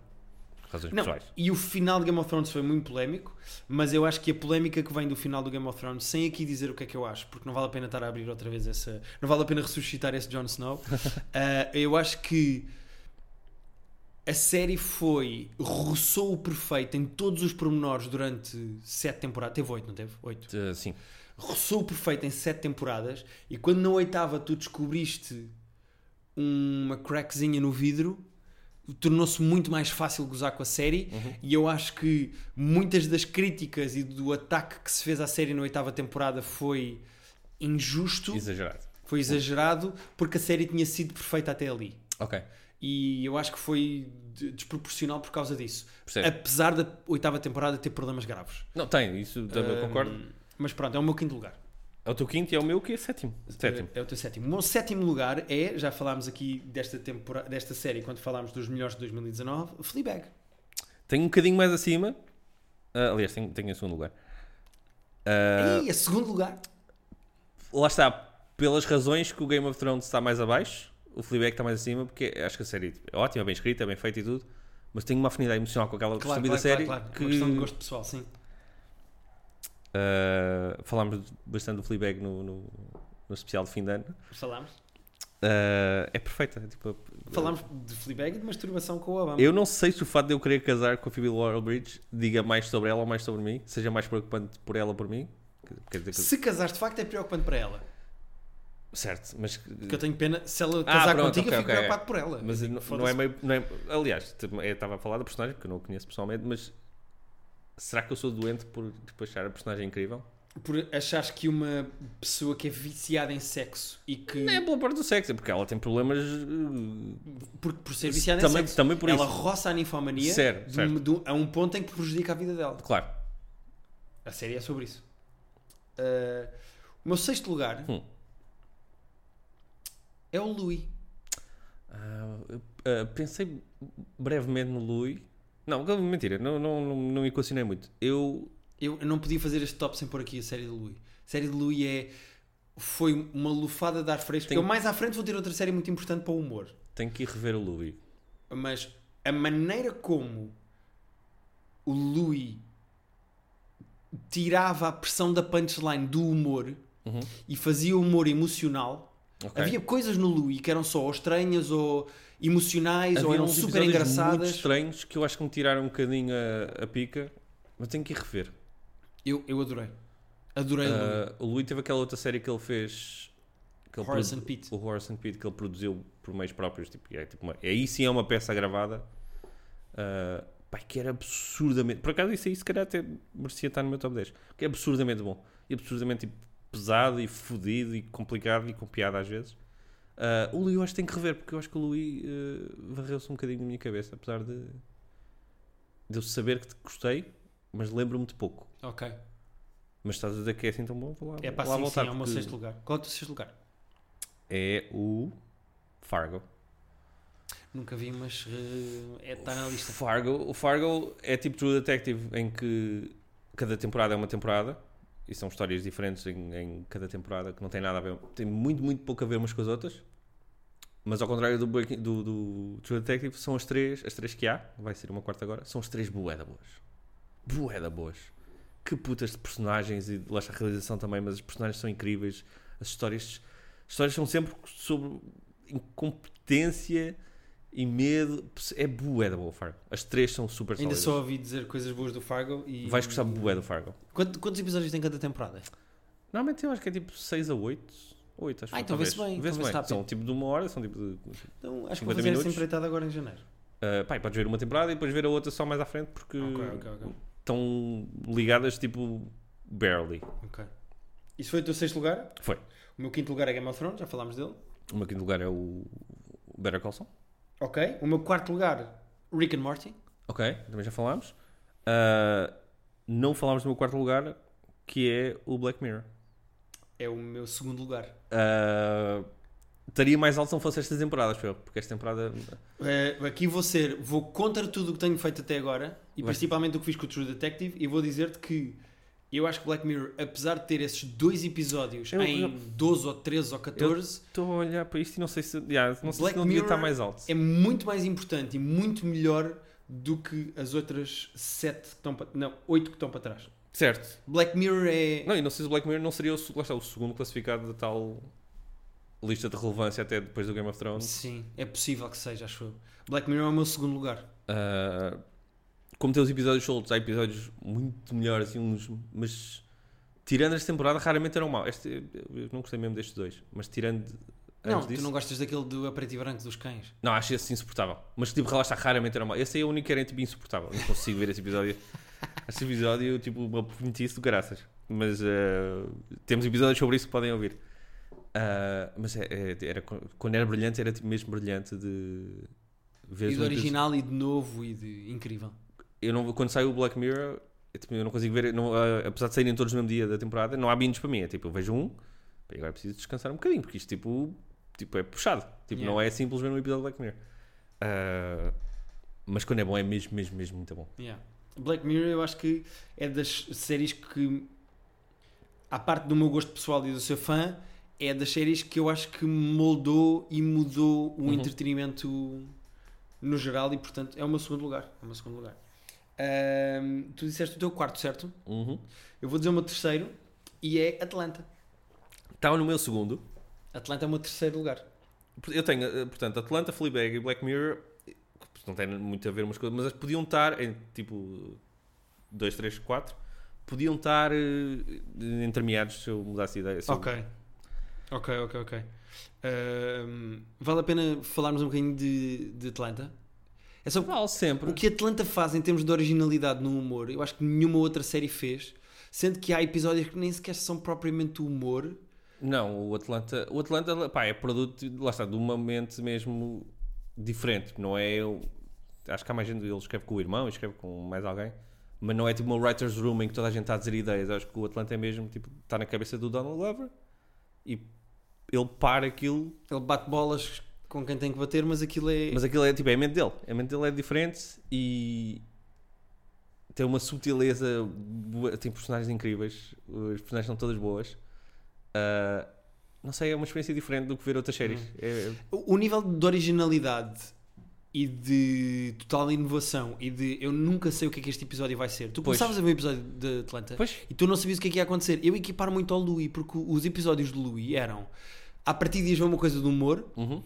B: por razões
A: Não,
B: pessoais.
A: e o final de Game of Thrones foi muito polémico, mas eu acho que a polémica que vem do final do Game of Thrones, sem aqui dizer o que é que eu acho, porque não vale a pena estar a abrir outra vez essa. eh, Não vale a pena ressuscitar esse Jon Snow. ah, eu acho que. A série foi, roçou o perfeito em todos os pormenores durante sete temporadas. Teve oito, não teve? Oito.
B: Eh, sim.
A: roçou o perfeito em sete temporadas e quando na oitava tu descobriste uma crackzinha no vidro tornou-se muito mais fácil gozar com a série e eu acho que muitas das críticas e do ataque que se fez à série na oitava temporada foi injusto,
B: Exagerado.
A: foi exagerado porque a série tinha sido perfeita até ali
B: Ok.
A: e eu acho que foi de- desproporcional por causa disso
B: Percebo.
A: apesar da oitava temporada ter problemas graves
B: Não, tem, isso também concordo.
A: mas pronto, é o meu quinto lugar
B: É o teu quinto e é o meu que é sétimo. Sétimo.
A: É o teu sétimo. O meu sétimo lugar é, já falámos aqui desta, temporada, desta série quando falámos dos melhores de 2019, Fleabag.
B: Tenho um bocadinho mais acima. Ah, aliás, tenho, tenho em segundo lugar. Ah,
A: Ei, é segundo lugar.
B: lá está, pelas razões que o Game of Thrones está mais abaixo, o Fleabag está mais acima, porque acho que a série é ótima, bem escrita, bem feita e tudo, mas tenho uma afinidade emocional com aquela
A: Claro,
B: claro, da
A: claro,
B: série
A: claro, claro.
B: que
A: Uma questão de gosto pessoal, sim.
B: ah, falámos bastante do Fleabag no, no, no especial de fim de ano.
A: Falámos.
B: Ah, é perfeita. Tipo,
A: Falámos de Fleabag e de masturbação com o Obama.
B: Eu não sei se o fato de eu querer casar com a Phoebe Waller-Bridge diga mais sobre ela ou mais sobre mim, seja mais preocupante por ela ou por mim. Quer dizer que-
A: Se casares, de facto, é preocupante para ela.
B: Certo, mas
A: Porque eu tenho pena, se ela casar
B: Ah, pronto,
A: contigo,
B: ok,
A: eu fico
B: ok. é.
A: preocupado por ela.
B: Mas
A: Eu
B: não,
A: digo,
B: não é
A: foda-se.
B: meio. Não é, aliás, te- eu estava a falar da personagem porque eu não a conheço pessoalmente, mas será que eu sou doente por tipo, achar a personagem incrível?
A: Por achares que uma pessoa que é viciada em sexo e que...
B: Não é pela parte do sexo, é porque ela tem problemas. eh,
A: Porque por ser viciada
B: Também-
A: em sexo,
B: também por
A: ela
B: isso.
A: roça a ninfomania
B: Certo,
A: de-
B: certo.
A: de- a um ponto em que prejudica a vida dela.
B: Claro.
A: A série é sobre isso. Ah, o meu sexto lugar
B: Hum.
A: é o Louis.
B: Ah, eu, ah, pensei brevemente no Louis. Não, mentira, não, não, não, não equacionei muito. Eu.
A: Eu eu não podia fazer este top sem pôr aqui a série de Louis. A série de Louis é. Foi uma lufada de ar fresco.
B: Tenho-
A: Eu mais à frente vou ter outra série muito importante para o humor.
B: Tenho que ir rever o Louis.
A: Mas a maneira como o Louis tirava a pressão da punchline do humor e fazia o humor emocional.
B: Uhum. Ok.
A: Havia coisas no Louis que eram só ou estranhas ou emocionais ou
B: Havia
A: eram
B: uns
A: super
B: episódios Muito
A: engraçadas.
B: estranhos que eu acho que me tiraram um bocadinho a, a pica, mas tenho que ir rever.
A: Eu, eu adorei. Adorei o Louis.
B: Ah, o Louis teve aquela outra série que ele fez. Que ele
A: Horace
B: produ-
A: and Pete.
B: O Horace and Pete que ele produziu por meios próprios. Tipo, é, tipo uma, aí sim é uma peça gravada. Ah, pai, que era absurdamente. Por acaso, isso aí se calhar até merecia estar no meu top 10. Que é absurdamente bom. E absurdamente tipo, pesado e fodido e complicado e com piada às vezes. Ah, o Louis eu acho que tem que rever, porque eu acho que o Louis ah, varreu-se um bocadinho da minha cabeça. Apesar de, de eu saber que te gostei, mas lembro-me de pouco.
A: Ok.
B: Mas estás a dizer que é assim tão bom? Vou lá,
A: É pá,
B: vou
A: sim,
B: lá
A: sim,
B: voltar,
A: é o meu
B: porque
A: sexto lugar. Qual é o teu sexto lugar?
B: É o Fargo.
A: Nunca vi, mas eh, é, está na lista.
B: Fargo. O Fargo é tipo True Detective, em que cada temporada é uma temporada e são histórias diferentes em, em cada temporada que não tem nada a ver, tem muito, muito pouco a ver umas com as outras. Mas ao contrário do, Breaking- do, do True Detective, são as três, as três que há, vai ser uma quarta agora, são as três boeda boas. Boeda boas. Que putas de personagens e lá está a realização também, mas os personagens são incríveis, as histórias, as histórias são sempre sobre incompetência e medo. É bué da boa Fargo. As três são super
A: Ainda
B: sólidas.
A: só ouvi dizer coisas boas do Fargo e.
B: Vais gostar bué do Fargo.
A: Quanto- quantos episódios tem cada temporada?
B: Normalmente eu acho que é tipo 6 a 8. 8 acho
A: Ah,
B: que é,
A: então vê-se
B: talvez.
A: bem,
B: Vê-se
A: então vê-se
B: bem. São
A: rápido.
B: tipo de uma hora, são tipo de.
A: Então acho que
B: 50
A: vou fazer essa
B: minutos?
A: empreitada agora em janeiro.
B: Ah, pá, e podes ver uma temporada e depois ver a outra só mais à frente porque
A: Ok, ok, ok.
B: estão ligadas tipo barely.
A: Ok. Isso foi o teu sexto lugar?
B: Foi.
A: O meu quinto lugar é Game of Thrones, já falámos dele.
B: O meu quinto lugar é o Better Call Saul.
A: Ok. O meu quarto lugar, Rick and Morty.
B: Ok, também já falámos. Ah, não falámos do meu quarto lugar, que é o Black Mirror.
A: É o meu segundo lugar.
B: Ah, estaria mais alto se não fosse esta temporada, acho eu, porque esta temporada.
A: Eh, aqui vou ser, vou contra tudo o que tenho feito até agora e
B: Vai.
A: principalmente o que fiz com o True Detective e vou dizer-te que eu acho que Black Mirror, apesar de ter esses dois episódios
B: Eu-
A: em
B: eu-
A: 12 ou 13 ou 14,
B: Estou a olhar para isto e não sei se. Yeah, não sei
A: Black
B: se não devia
A: Mirror
B: estar mais alto.
A: é muito mais importante e muito melhor do que as outras 7 que estão para não, 8 que estão para trás.
B: Certo.
A: Black Mirror é
B: Não, e não sei se o Black Mirror não seria o, se- lá está, o segundo classificado da tal lista de relevância até depois do Game of Thrones.
A: Sim, é possível que seja, acho eu. Black Mirror é o meu segundo lugar.
B: Ah, como tem os episódios soltos, há episódios muito melhores e uns. Mas tirando esta temporada, raramente eram mal. Este, eu não gostei mesmo destes dois. Mas tirando.
A: Não,
B: antes disso,
A: tu não gostas daquele do a preto e branco dos cães.
B: Não, acho esse insuportável. Mas tipo, relaxa, raramente era mal. Esse aí é o único que era tipo insuportável. Não consigo ver esse episódio. Esse episódio, eu, tipo, me prometi isso de graças. Mas eh, temos episódios sobre isso que podem ouvir. Ah, mas é- é- era, quando era brilhante, era tipo, mesmo brilhante de ver
A: e do original e de novo e de incrível.
B: eu não, quando sai o Black Mirror, é tipo, eu não consigo ver, não, ah, apesar de saírem todos no mesmo dia da temporada, não há binges para mim. É tipo, eu vejo um, bem, agora preciso descansar um bocadinho, porque isto tipo, tipo é puxado. Tipo,
A: Yeah.
B: não é simples ver um episódio de Black Mirror. Ah, mas quando é bom, é mesmo, mesmo, mesmo muito bom.
A: Yeah. Black Mirror eu acho que é das séries que, à parte do meu gosto pessoal e do seu fã, é das séries que eu acho que moldou e mudou o
B: Uhum.
A: entretenimento no geral e portanto é o meu segundo lugar. É o meu segundo lugar. Ahm, tu disseste o teu quarto, certo?
B: Uhum.
A: Eu vou dizer o meu terceiro e é Atlanta.
B: Estava no meu segundo.
A: Atlanta é o meu terceiro lugar.
B: Eu tenho, ah, portanto, Atlanta, Fleabag e Black Mirror, que não tem muito a ver umas coisas, mas as podiam estar em tipo 2, 3, 4. Podiam estar eh, entremeados se eu mudasse de ideia. se eu-
A: Ok. Ok, ok, ok. Ahm, vale a pena falarmos um bocadinho de, de Atlanta? É só
B: Vale sempre.
A: O que Atlanta faz em termos de originalidade no humor, eu acho que nenhuma outra série fez. Sendo que há episódios que nem sequer são propriamente humor.
B: Não, o Atlanta, o Atlanta pá, é produto, de- lá está, de uma mente mesmo diferente, não é eu. Acho que há mais gente, ele escreve com o irmão, ele escreve com mais alguém, mas não é tipo uma writer's room em que toda a gente está a dizer ideias. Acho que o Atlanta é mesmo, tipo, está na cabeça do Donald Glover e ele para aquilo,
A: Ele bate bolas com quem tem que bater, mas aquilo é.
B: mas aquilo é tipo, é a mente dele. A mente dele é diferente e tem uma subtileza, boa- tem personagens incríveis, as personagens são todas boas. Ah, não sei, é uma experiência diferente do que ver outras séries.
A: Hum.
B: É-
A: O o nível de originalidade e de total inovação e de eu nunca sei o que é que este episódio vai ser. Tu
B: Pois.
A: começavas a ver o episódio de Atlanta
B: Pois.
A: e tu não sabias o que é que ia acontecer. Eu equipar muito ao Louis, porque os episódios de Louis eram. A partir de uma coisa do humor,
B: Uhum.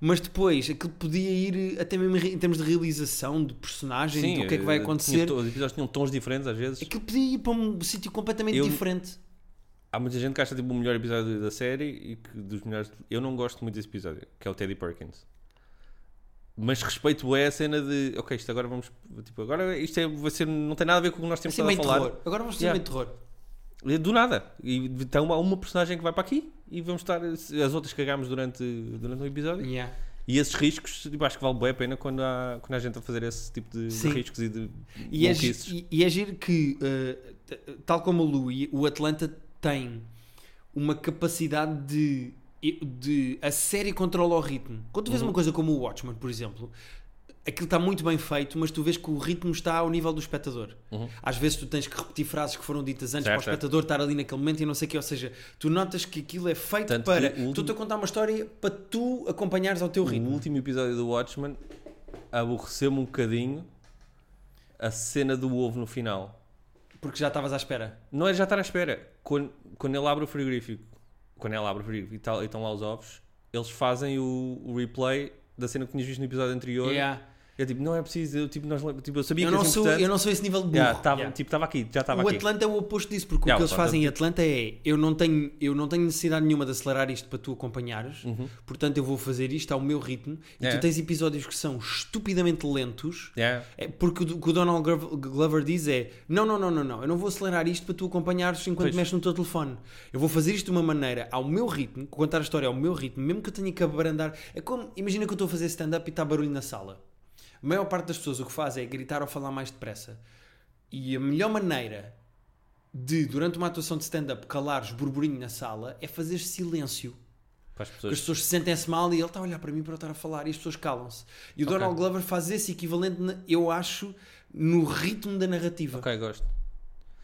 A: Mas depois, aquilo podia ir até mesmo em termos de realização, de personagem, do que é que vai
B: eh,
A: acontecer. É
B: tinha to- os episódios tinham tons diferentes às vezes.
A: Aquilo podia ir para um sítio completamente
B: Eu-
A: diferente.
B: Há muita gente que acha tipo, o melhor episódio da série e que dos melhores. Eu não gosto muito desse episódio, que é o Teddy Perkins. Mas respeito é a cena de ok, isto agora vamos. Tipo, agora isto é, vai ser, não tem nada a ver com o que nós temos
A: Assim,
B: estado a
A: meio
B: falar.
A: terror. Agora vamos fazer
B: Yeah.
A: meio terror.
B: É Do nada. E então há uma personagem que vai para aqui e vamos estar. As outras cagámos durante, durante o episódio.
A: Yeah.
B: E esses riscos, tipo, acho que vale bem a pena quando há, quando há gente a fazer esse tipo de, de
A: Sim.
B: riscos e de.
A: E, é,
B: maluquices.
A: gi- e, e é giro que, uh, t- tal como o Louis, o Atlanta tem uma capacidade de, de. A série controla o ritmo. Quando tu vês
B: Uhum.
A: uma coisa como o Watchmen, por exemplo, aquilo está muito bem feito, mas tu vês que o ritmo está ao nível do espectador. Às vezes tu tens que repetir frases que foram ditas antes
B: Uhum. Certo,
A: para o espectador estar ali naquele momento e não sei o quê. Ou seja, tu notas que aquilo é feito
B: Tanto
A: para.
B: que o último-
A: Estou-te a contar uma história para tu acompanhares ao teu
B: O
A: ritmo.
B: último episódio do Watchmen aborreceu-me um bocadinho a cena do ovo no final.
A: Porque já estavas à espera.
B: Não é já estar à espera. Quando, quando ele abre o frigorífico, quando ela abre o frigorífico e, tal, e estão lá os ovos, eles fazem o, o replay da cena que tinhas visto no episódio anterior.
A: Yeah.
B: Eu tipo, não é preciso, eu, tipo, nós, tipo, eu sabia
A: Eu
B: que
A: não,
B: era
A: sou,
B: importante.
A: eu não sou esse nível de burro.
B: Yeah, tava-
A: Yeah.
B: Tipo, estava aqui, já estava
A: O
B: aqui.
A: Atlanta é o oposto disso, porque
B: Yeah,
A: o que
B: o
A: eles
B: Atlanta-
A: fazem em Atlanta é eu não tenho, eu não tenho necessidade nenhuma de acelerar isto para tu acompanhares, portanto eu vou fazer isto ao meu ritmo. E
B: Uhum. É.
A: tu tens episódios que são estupidamente lentos,
B: Yeah.
A: é, porque o do- o que o Donald Glover- Glover diz é: não, não, não, não, não, eu não vou acelerar isto para tu acompanhares enquanto
B: Pois.
A: mexes no teu telefone. Eu vou fazer isto de uma maneira ao meu ritmo, contar a história ao meu ritmo, mesmo que eu tenha que abrandar. É como, imagina que eu estou a fazer stand-up e está barulho na sala. A maior parte das pessoas o que faz é gritar ou falar mais depressa. E a melhor maneira de, durante uma atuação de stand-up, calares burburinho na sala é fazer silêncio.
B: Para as
A: Porque as
B: pessoas.
A: pessoas se sentem-se mal e ele está a olhar para mim para eu estar a falar e as pessoas calam-se. E o
B: Ok.
A: Donald Glover faz esse equivalente, na- eu acho, no ritmo da narrativa.
B: Ok, gosto.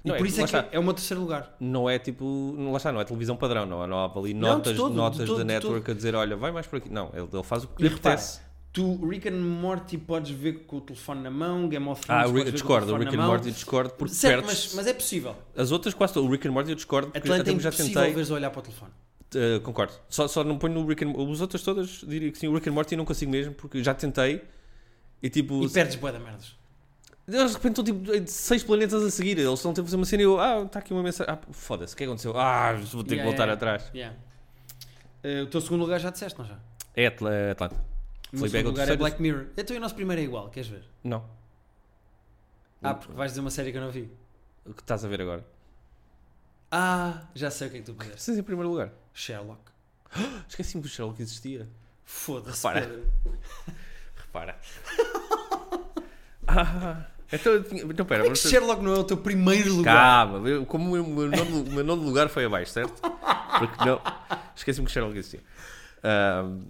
A: E
B: Não,
A: por isso
B: lá
A: é que
B: está.
A: é o meu terceiro lugar.
B: não é tipo, não- lá está, não é televisão padrão, não, há- não há ali
A: Não, de
B: notas,
A: todo, de
B: notas
A: todo,
B: da
A: de
B: network a dizer, olha, vai mais por aqui. Não, ele, ele faz o que
A: E
B: lhe
A: repara,
B: apetece.
A: tu Rick and Morty podes ver com o telefone na mão, Game of Thrones
B: Ah, o
A: podes
B: Rick,
A: ver
B: eu
A: com
B: discordo,
A: o
B: o
A: telefone
B: Rick
A: na
B: and
A: mão.
B: Morty eu discordo porque
A: Certo,
B: perdes.
A: mas, mas é possível.
B: As outras quase todas, o Rick and Morty eu discordo porque
A: Atlanta é
B: até já
A: impossível
B: tentei,
A: veres a olhar para o telefone.
B: Eh, concordo. Só, só não ponho no Rick and Morty. Os outros todas, diria que sim. O Rick and Morty não consigo mesmo, porque já tentei. E tipo,
A: E perdes boa da merdas.
B: eles de repente estão tipo em seis planetas a seguir. Eles estão tipo a fazer uma cena e eu, ah, está aqui uma mensagem. Ah, foda-se, o que é que aconteceu? Ah, vou ter que
A: Yeah,
B: voltar
A: yeah.
B: atrás.
A: Yeah. Eh, o teu segundo lugar já disseste, não já?
B: É Atla- Atlanta.
A: O
B: Fleabag
A: meu
B: é o
A: segundo lugar é
B: terceiro.
A: Black Mirror. Então e o nosso primeiro é igual, queres ver?
B: Não. Hum.
A: Ah, porque vais dizer uma série que eu não vi.
B: O que estás a ver agora?
A: Ah, já sei o que é que tu puseste.
B: Vocês em primeiro lugar.
A: Sherlock.
B: Esqueci-me do Sherlock que existia.
A: Foda-se.
B: Repara.
A: Pedro.
B: Repara. ah, então, eu tinha- então pera,
A: Como é que
B: você-
A: Sherlock não é o teu primeiro lugar?
B: Calma, eu- como o meu nono, o meu nono lugar foi abaixo, certo? Porque não. Esqueci-me que Sherlock existia. Ahm,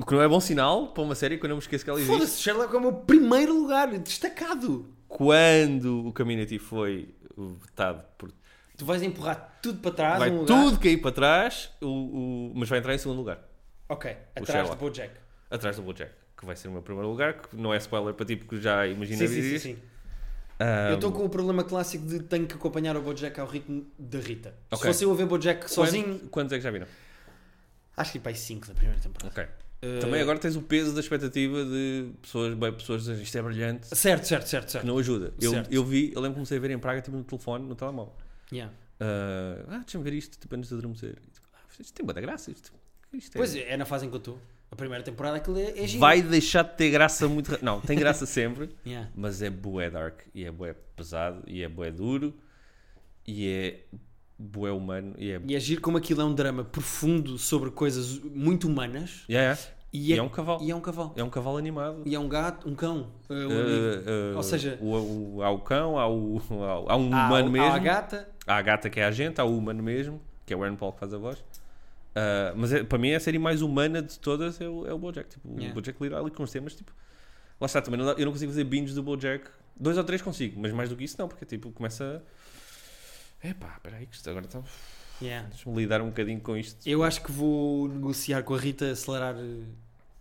B: o que não é bom sinal para uma série que eu não me esqueço que ela existe.
A: Foda-se, Sherlock é o meu primeiro lugar, destacado.
B: Quando o Community foi vetado por.
A: Tu vais empurrar tudo para trás.
B: vai
A: um lugar.
B: tudo cair para trás, o, o- mas vai entrar em segundo lugar.
A: Ok, atrás do
B: Sherlock.
A: Bojack.
B: Atrás do Bojack, que vai ser o meu primeiro lugar, que não é spoiler para ti, porque já imaginei
A: Sim, sim, sim,
B: isso.
A: sim.
B: Um, Ah,
A: Eu estou com o problema clássico de tenho que acompanhar o Bojack ao ritmo da Rita. Se
B: Ok.
A: fosse eu a ver Bojack sozinho,
B: Quantos é que já viram?
A: acho que ir para aí 5 da primeira temporada.
B: Ok.
A: Eh,
B: Também agora tens o peso da expectativa de pessoas, bem, pessoas dizem isto é brilhante,
A: Eh, Certo, certo, certo,
B: que
A: certo.
B: não ajuda. Eu,
A: Certo.
B: eu vi, eu lembro que comecei a ver em Praga, tipo no telefone, no telemóvel.
A: Yeah.
B: Ah, ah, deixa-me ver isto, tipo antes de adormecer. E, tipo, ah, isto tem muita graça, isto. isto é-
A: Pois é, é na fase em que eu estou. A primeira temporada aquilo é, é giro.
B: Vai deixar de ter graça muito. ra- Não, tem graça sempre,
A: Yeah.
B: mas é bué dark, e é bué pesado, e é bué duro, e é bué humano, e é.
A: E é giro como aquilo é um drama profundo sobre coisas muito humanas.
B: Yeah, yeah.
A: E é,
B: E é um cavalo.
A: E é um cavalo.
B: É um cavalo animado.
A: E é um gato, um cão. uh, um amigo.
B: Ah, ah,
A: Ou seja-
B: o, o- há o cão, há, o, há, há um
A: Há-
B: humano mesmo.
A: Há Ah, a gata.
B: Há a gata que é a gente, há o humano mesmo, que é o Aaron Paul que faz a voz. Ah, mas é- para mim é a série mais humana de todas é o, é o Bojack. Tipo,
A: Yeah.
B: O Bojack lida ali com os temas, tipo... Lá está, também não dá- eu não consigo fazer binges do Bojack. Dois ou três consigo, mas mais do que isso não, porque tipo, começa... Epá, peraí, que isto agora está...
A: Yeah.
B: Deixa-me lidar um bocadinho com isto.
A: Eu acho que vou negociar com a Rita, acelerar uh,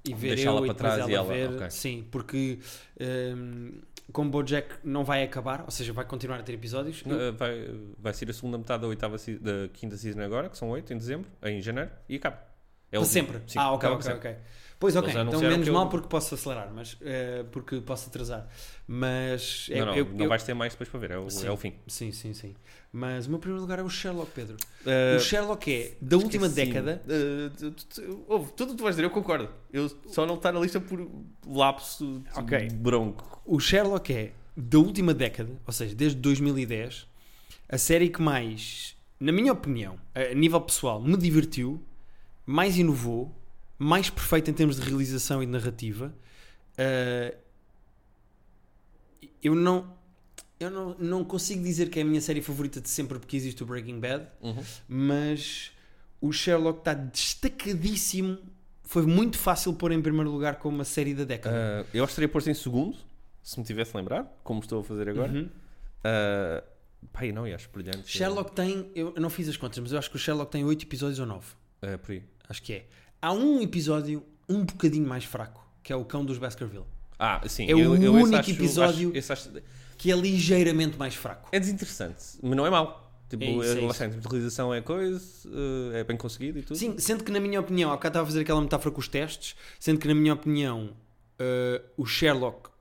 A: e ver
B: Deixá-la
A: eu e
B: para
A: depois
B: trás
A: ela,
B: e ela-
A: ver.
B: ok.
A: Sim, porque um, como BoJack não vai acabar, ou seja, vai continuar a ter episódios. eu-
B: Ah, vai, vai ser a segunda metade da oitava se- da quinta season agora, que são oito em dezembro, em janeiro, e acaba. É
A: para
B: o último.
A: sempre.
B: Sim,
A: ah, ok,
B: acaba
A: ok,
B: para sempre.
A: ok. Pois ok,
B: Eles
A: então
B: anunciaram
A: menos
B: que eu-
A: mal porque posso acelerar, mas uh, porque posso atrasar. Mas é-
B: Não, não,
A: eu-
B: não
A: eu-
B: vais ter mais depois para ver, é o,
A: Sim.
B: é o fim.
A: Sim, sim, sim. Mas o meu primeiro lugar é o Sherlock, Pedro.
B: Ah,
A: o Sherlock é da última década.
B: houve, tudo o que eh, tu vais dizer, eu concordo. Eu só não está na lista por lapso de
A: Ok.
B: bronco.
A: O Sherlock é da última década, ou seja, desde 2010, a série que mais, na minha opinião, a nível pessoal, me divertiu, mais inovou, mais perfeita em termos de realização e de narrativa. Ah, eu não. Eu não, não consigo dizer que é a minha série favorita de sempre porque existe o Breaking Bad, mas o Sherlock está destacadíssimo. Foi muito fácil pôr em primeiro lugar como uma série da década.
B: Ah, eu acho que teria posto em segundo, se me tivesse lembrado, como estou a fazer agora.
A: Uhum.
B: Ah, pai, não, eu acho brilhante.
A: Sherlock tem, eu eu não fiz as contas, mas eu acho que o Sherlock tem 8 episódios ou 9.
B: Ah, por aí.
A: Acho que é. Há um episódio um bocadinho mais fraco, que é o Cão dos Baskerville,
B: Ah, sim.
A: É o
B: eu- eu esse
A: único
B: acho-
A: episódio-
B: acho- esse acho-
A: que é ligeiramente mais fraco.
B: é desinteressante, mas não é mau. Tipo,
A: É isso, é
B: lá
A: isso.
B: está, em termos de realização é coisa, ah, é bem conseguido e tudo.
A: Sim, sendo que na minha opinião, há bocado estava a fazer aquela metáfora com os testes, sendo que na minha opinião, eh, o Sherlock,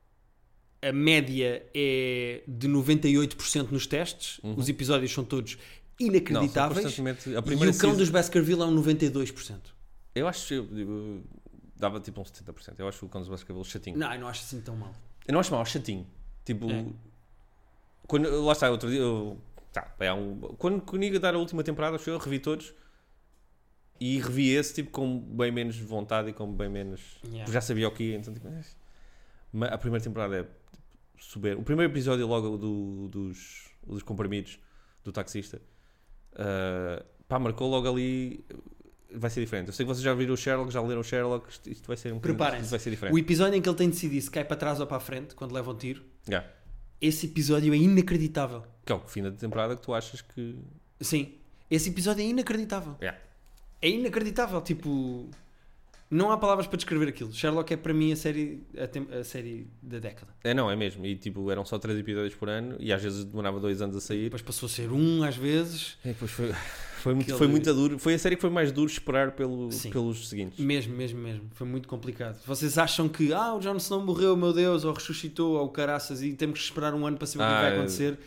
A: a média é de 98% nos testes, os episódios são todos
B: Não, são
A: inacreditáveis,
B: Uhum. constantemente- a
A: e o
B: primeira
A: Cão
B: season-
A: dos Baskerville é um 92%.
B: Eu acho, eu, eu- dava tipo um 70%. Eu acho o Cão dos Baskerville chatinho.
A: Não, eu não acho assim tão mal.
B: Eu não acho mal, acho chatinho. Tipo,
A: É.
B: quando, lá está, outro dia. Eu, tá, é um, quando comigo a dar a última temporada, acho eu revi todos e revi esse tipo com bem menos vontade e com bem menos.
A: Yeah.
B: porque Já sabia o que ia, então tipo. eh. Mas a primeira temporada é tipo, super. O primeiro episódio é logo do, dos, dos comprimidos do taxista. ah, pá, marcou logo ali. Vai ser diferente. Eu sei que vocês já viram o Sherlock, já leram o Sherlock. Isto, isto vai ser um bocadinho-
A: Preparem-se.
B: isto vai ser diferente.
A: O episódio em que ele tem de decidir se cai para trás ou para a frente, quando leva um tiro,
B: Yeah.
A: esse episódio é inacreditável.
B: Que é o fim da temporada que tu achas que.
A: Sim, esse episódio é inacreditável. É inacreditável, tipo... Não há palavras para descrever aquilo. Sherlock é para mim a série, a tem- a série da década.
B: É, não, é mesmo. E tipo, eram só três episódios por ano e às vezes demorava dois anos a sair.
A: Depois passou a ser um, às vezes.
B: E depois foi. Foi, muito,
A: Aquele-
B: foi muito duro. Foi a série que foi mais duro esperar pelo,
A: Sim.
B: pelos seguintes.
A: Mesmo, mesmo, mesmo. Foi muito complicado. Vocês acham que ah, o Jon Snow morreu, meu Deus, ou ressuscitou, ou caraças, e temos que esperar um ano para saber o que, é que
B: Ah,
A: vai acontecer.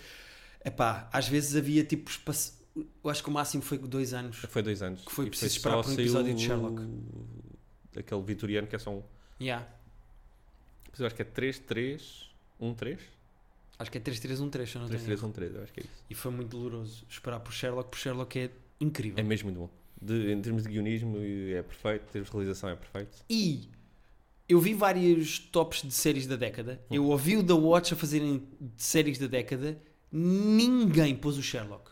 A: Epá, às vezes havia tipo. espaço- Eu acho que o máximo foi dois anos.
B: Foi dois anos.
A: Que foi
B: E
A: preciso
B: só
A: esperar por um
B: saiu
A: episódio de Sherlock.
B: Aquele vitoriano que é só um.
A: Yeah.
B: Mas Eu acho que é um, 3, 3, 1, 3?
A: Acho que é 3313, se eu não
B: 3,
A: tenho.
B: 3, 1, 3, eu acho que é isso.
A: E foi muito doloroso esperar por Sherlock, porque Sherlock é incrível.
B: É mesmo muito bom. De- em termos de guionismo é perfeito, em termos de realização é perfeito.
A: E eu vi vários tops de séries da década.
B: Hum.
A: Eu ouvi o The Watch a fazerem de séries da década. Ninguém pôs o Sherlock.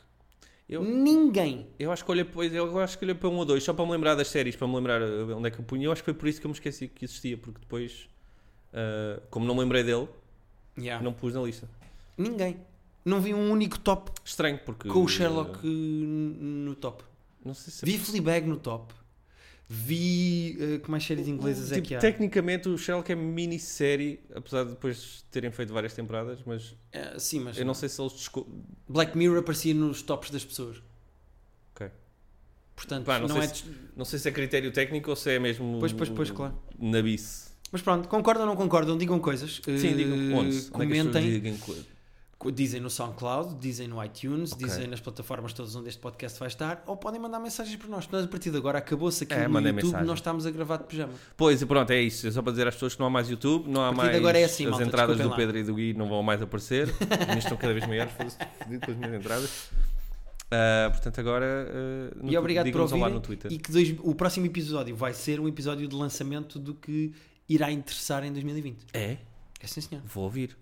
B: Eu-
A: Ninguém.
B: Eu acho que olhei, pois, eu acho que olhei para um ou dois, só para me lembrar das séries, para me lembrar uh, onde é que eu punha. Eu acho que foi por isso que eu me esqueci que existia, porque depois, uh, como não me lembrei dele,
A: Yeah.
B: não pus na lista.
A: Ninguém. Não vi um único top
B: Estranho, porque.
A: com o Sherlock
B: uh,
A: eh, no top.
B: Não sei se. é
A: Vi Fleabag no top. Vi. eh, que mais séries inglesas é
B: Tipo,
A: que há?
B: Tecnicamente, o Sherlock é minissérie, apesar de depois terem feito várias temporadas, mas
A: Eh, sim, mas.
B: eu não sei se eles. desco-
A: Black Mirror aparecia nos tops das pessoas.
B: Ok.
A: Portanto,
B: Pá,
A: não,
B: não
A: é.
B: sei Não sei se é critério técnico ou se é mesmo.
A: Pois, pois, pois, claro.
B: Na bice.
A: Mas pronto, concordam ou não concordam? Digam coisas. Eh,
B: Sim, digam onde? Onde é
A: Comentem.
B: que as pessoas digam co-
A: Co- Dizem no SoundCloud, dizem no iTunes,
B: Ok.
A: dizem nas plataformas todas onde este podcast vai estar, ou podem mandar mensagens para nós. Nós, a partir de agora, acabou-se aqui
B: É,
A: no
B: mandem
A: YouTube,
B: mensagem.
A: nós estamos a gravar de pijama.
B: Pois, e pronto, é isso. É só para dizer às pessoas que não há mais YouTube, não há
A: partir de
B: mais.
A: agora é assim,
B: as
A: malta,
B: entradas do
A: desculpem lá.
B: Pedro e do Gui não vão mais aparecer. As minhas estão cada vez maiores, foda-se, estou fodido com as minhas entradas. Ah, portanto, agora. ah, no
A: E
B: tu-
A: obrigado por
B: digam-nos olá
A: ouvirem
B: no Twitter.
A: e que dois- o próximo episódio vai ser um episódio de lançamento do que irá interessar em 2020.
B: É,
A: É sim, senhor.
B: vou ouvir.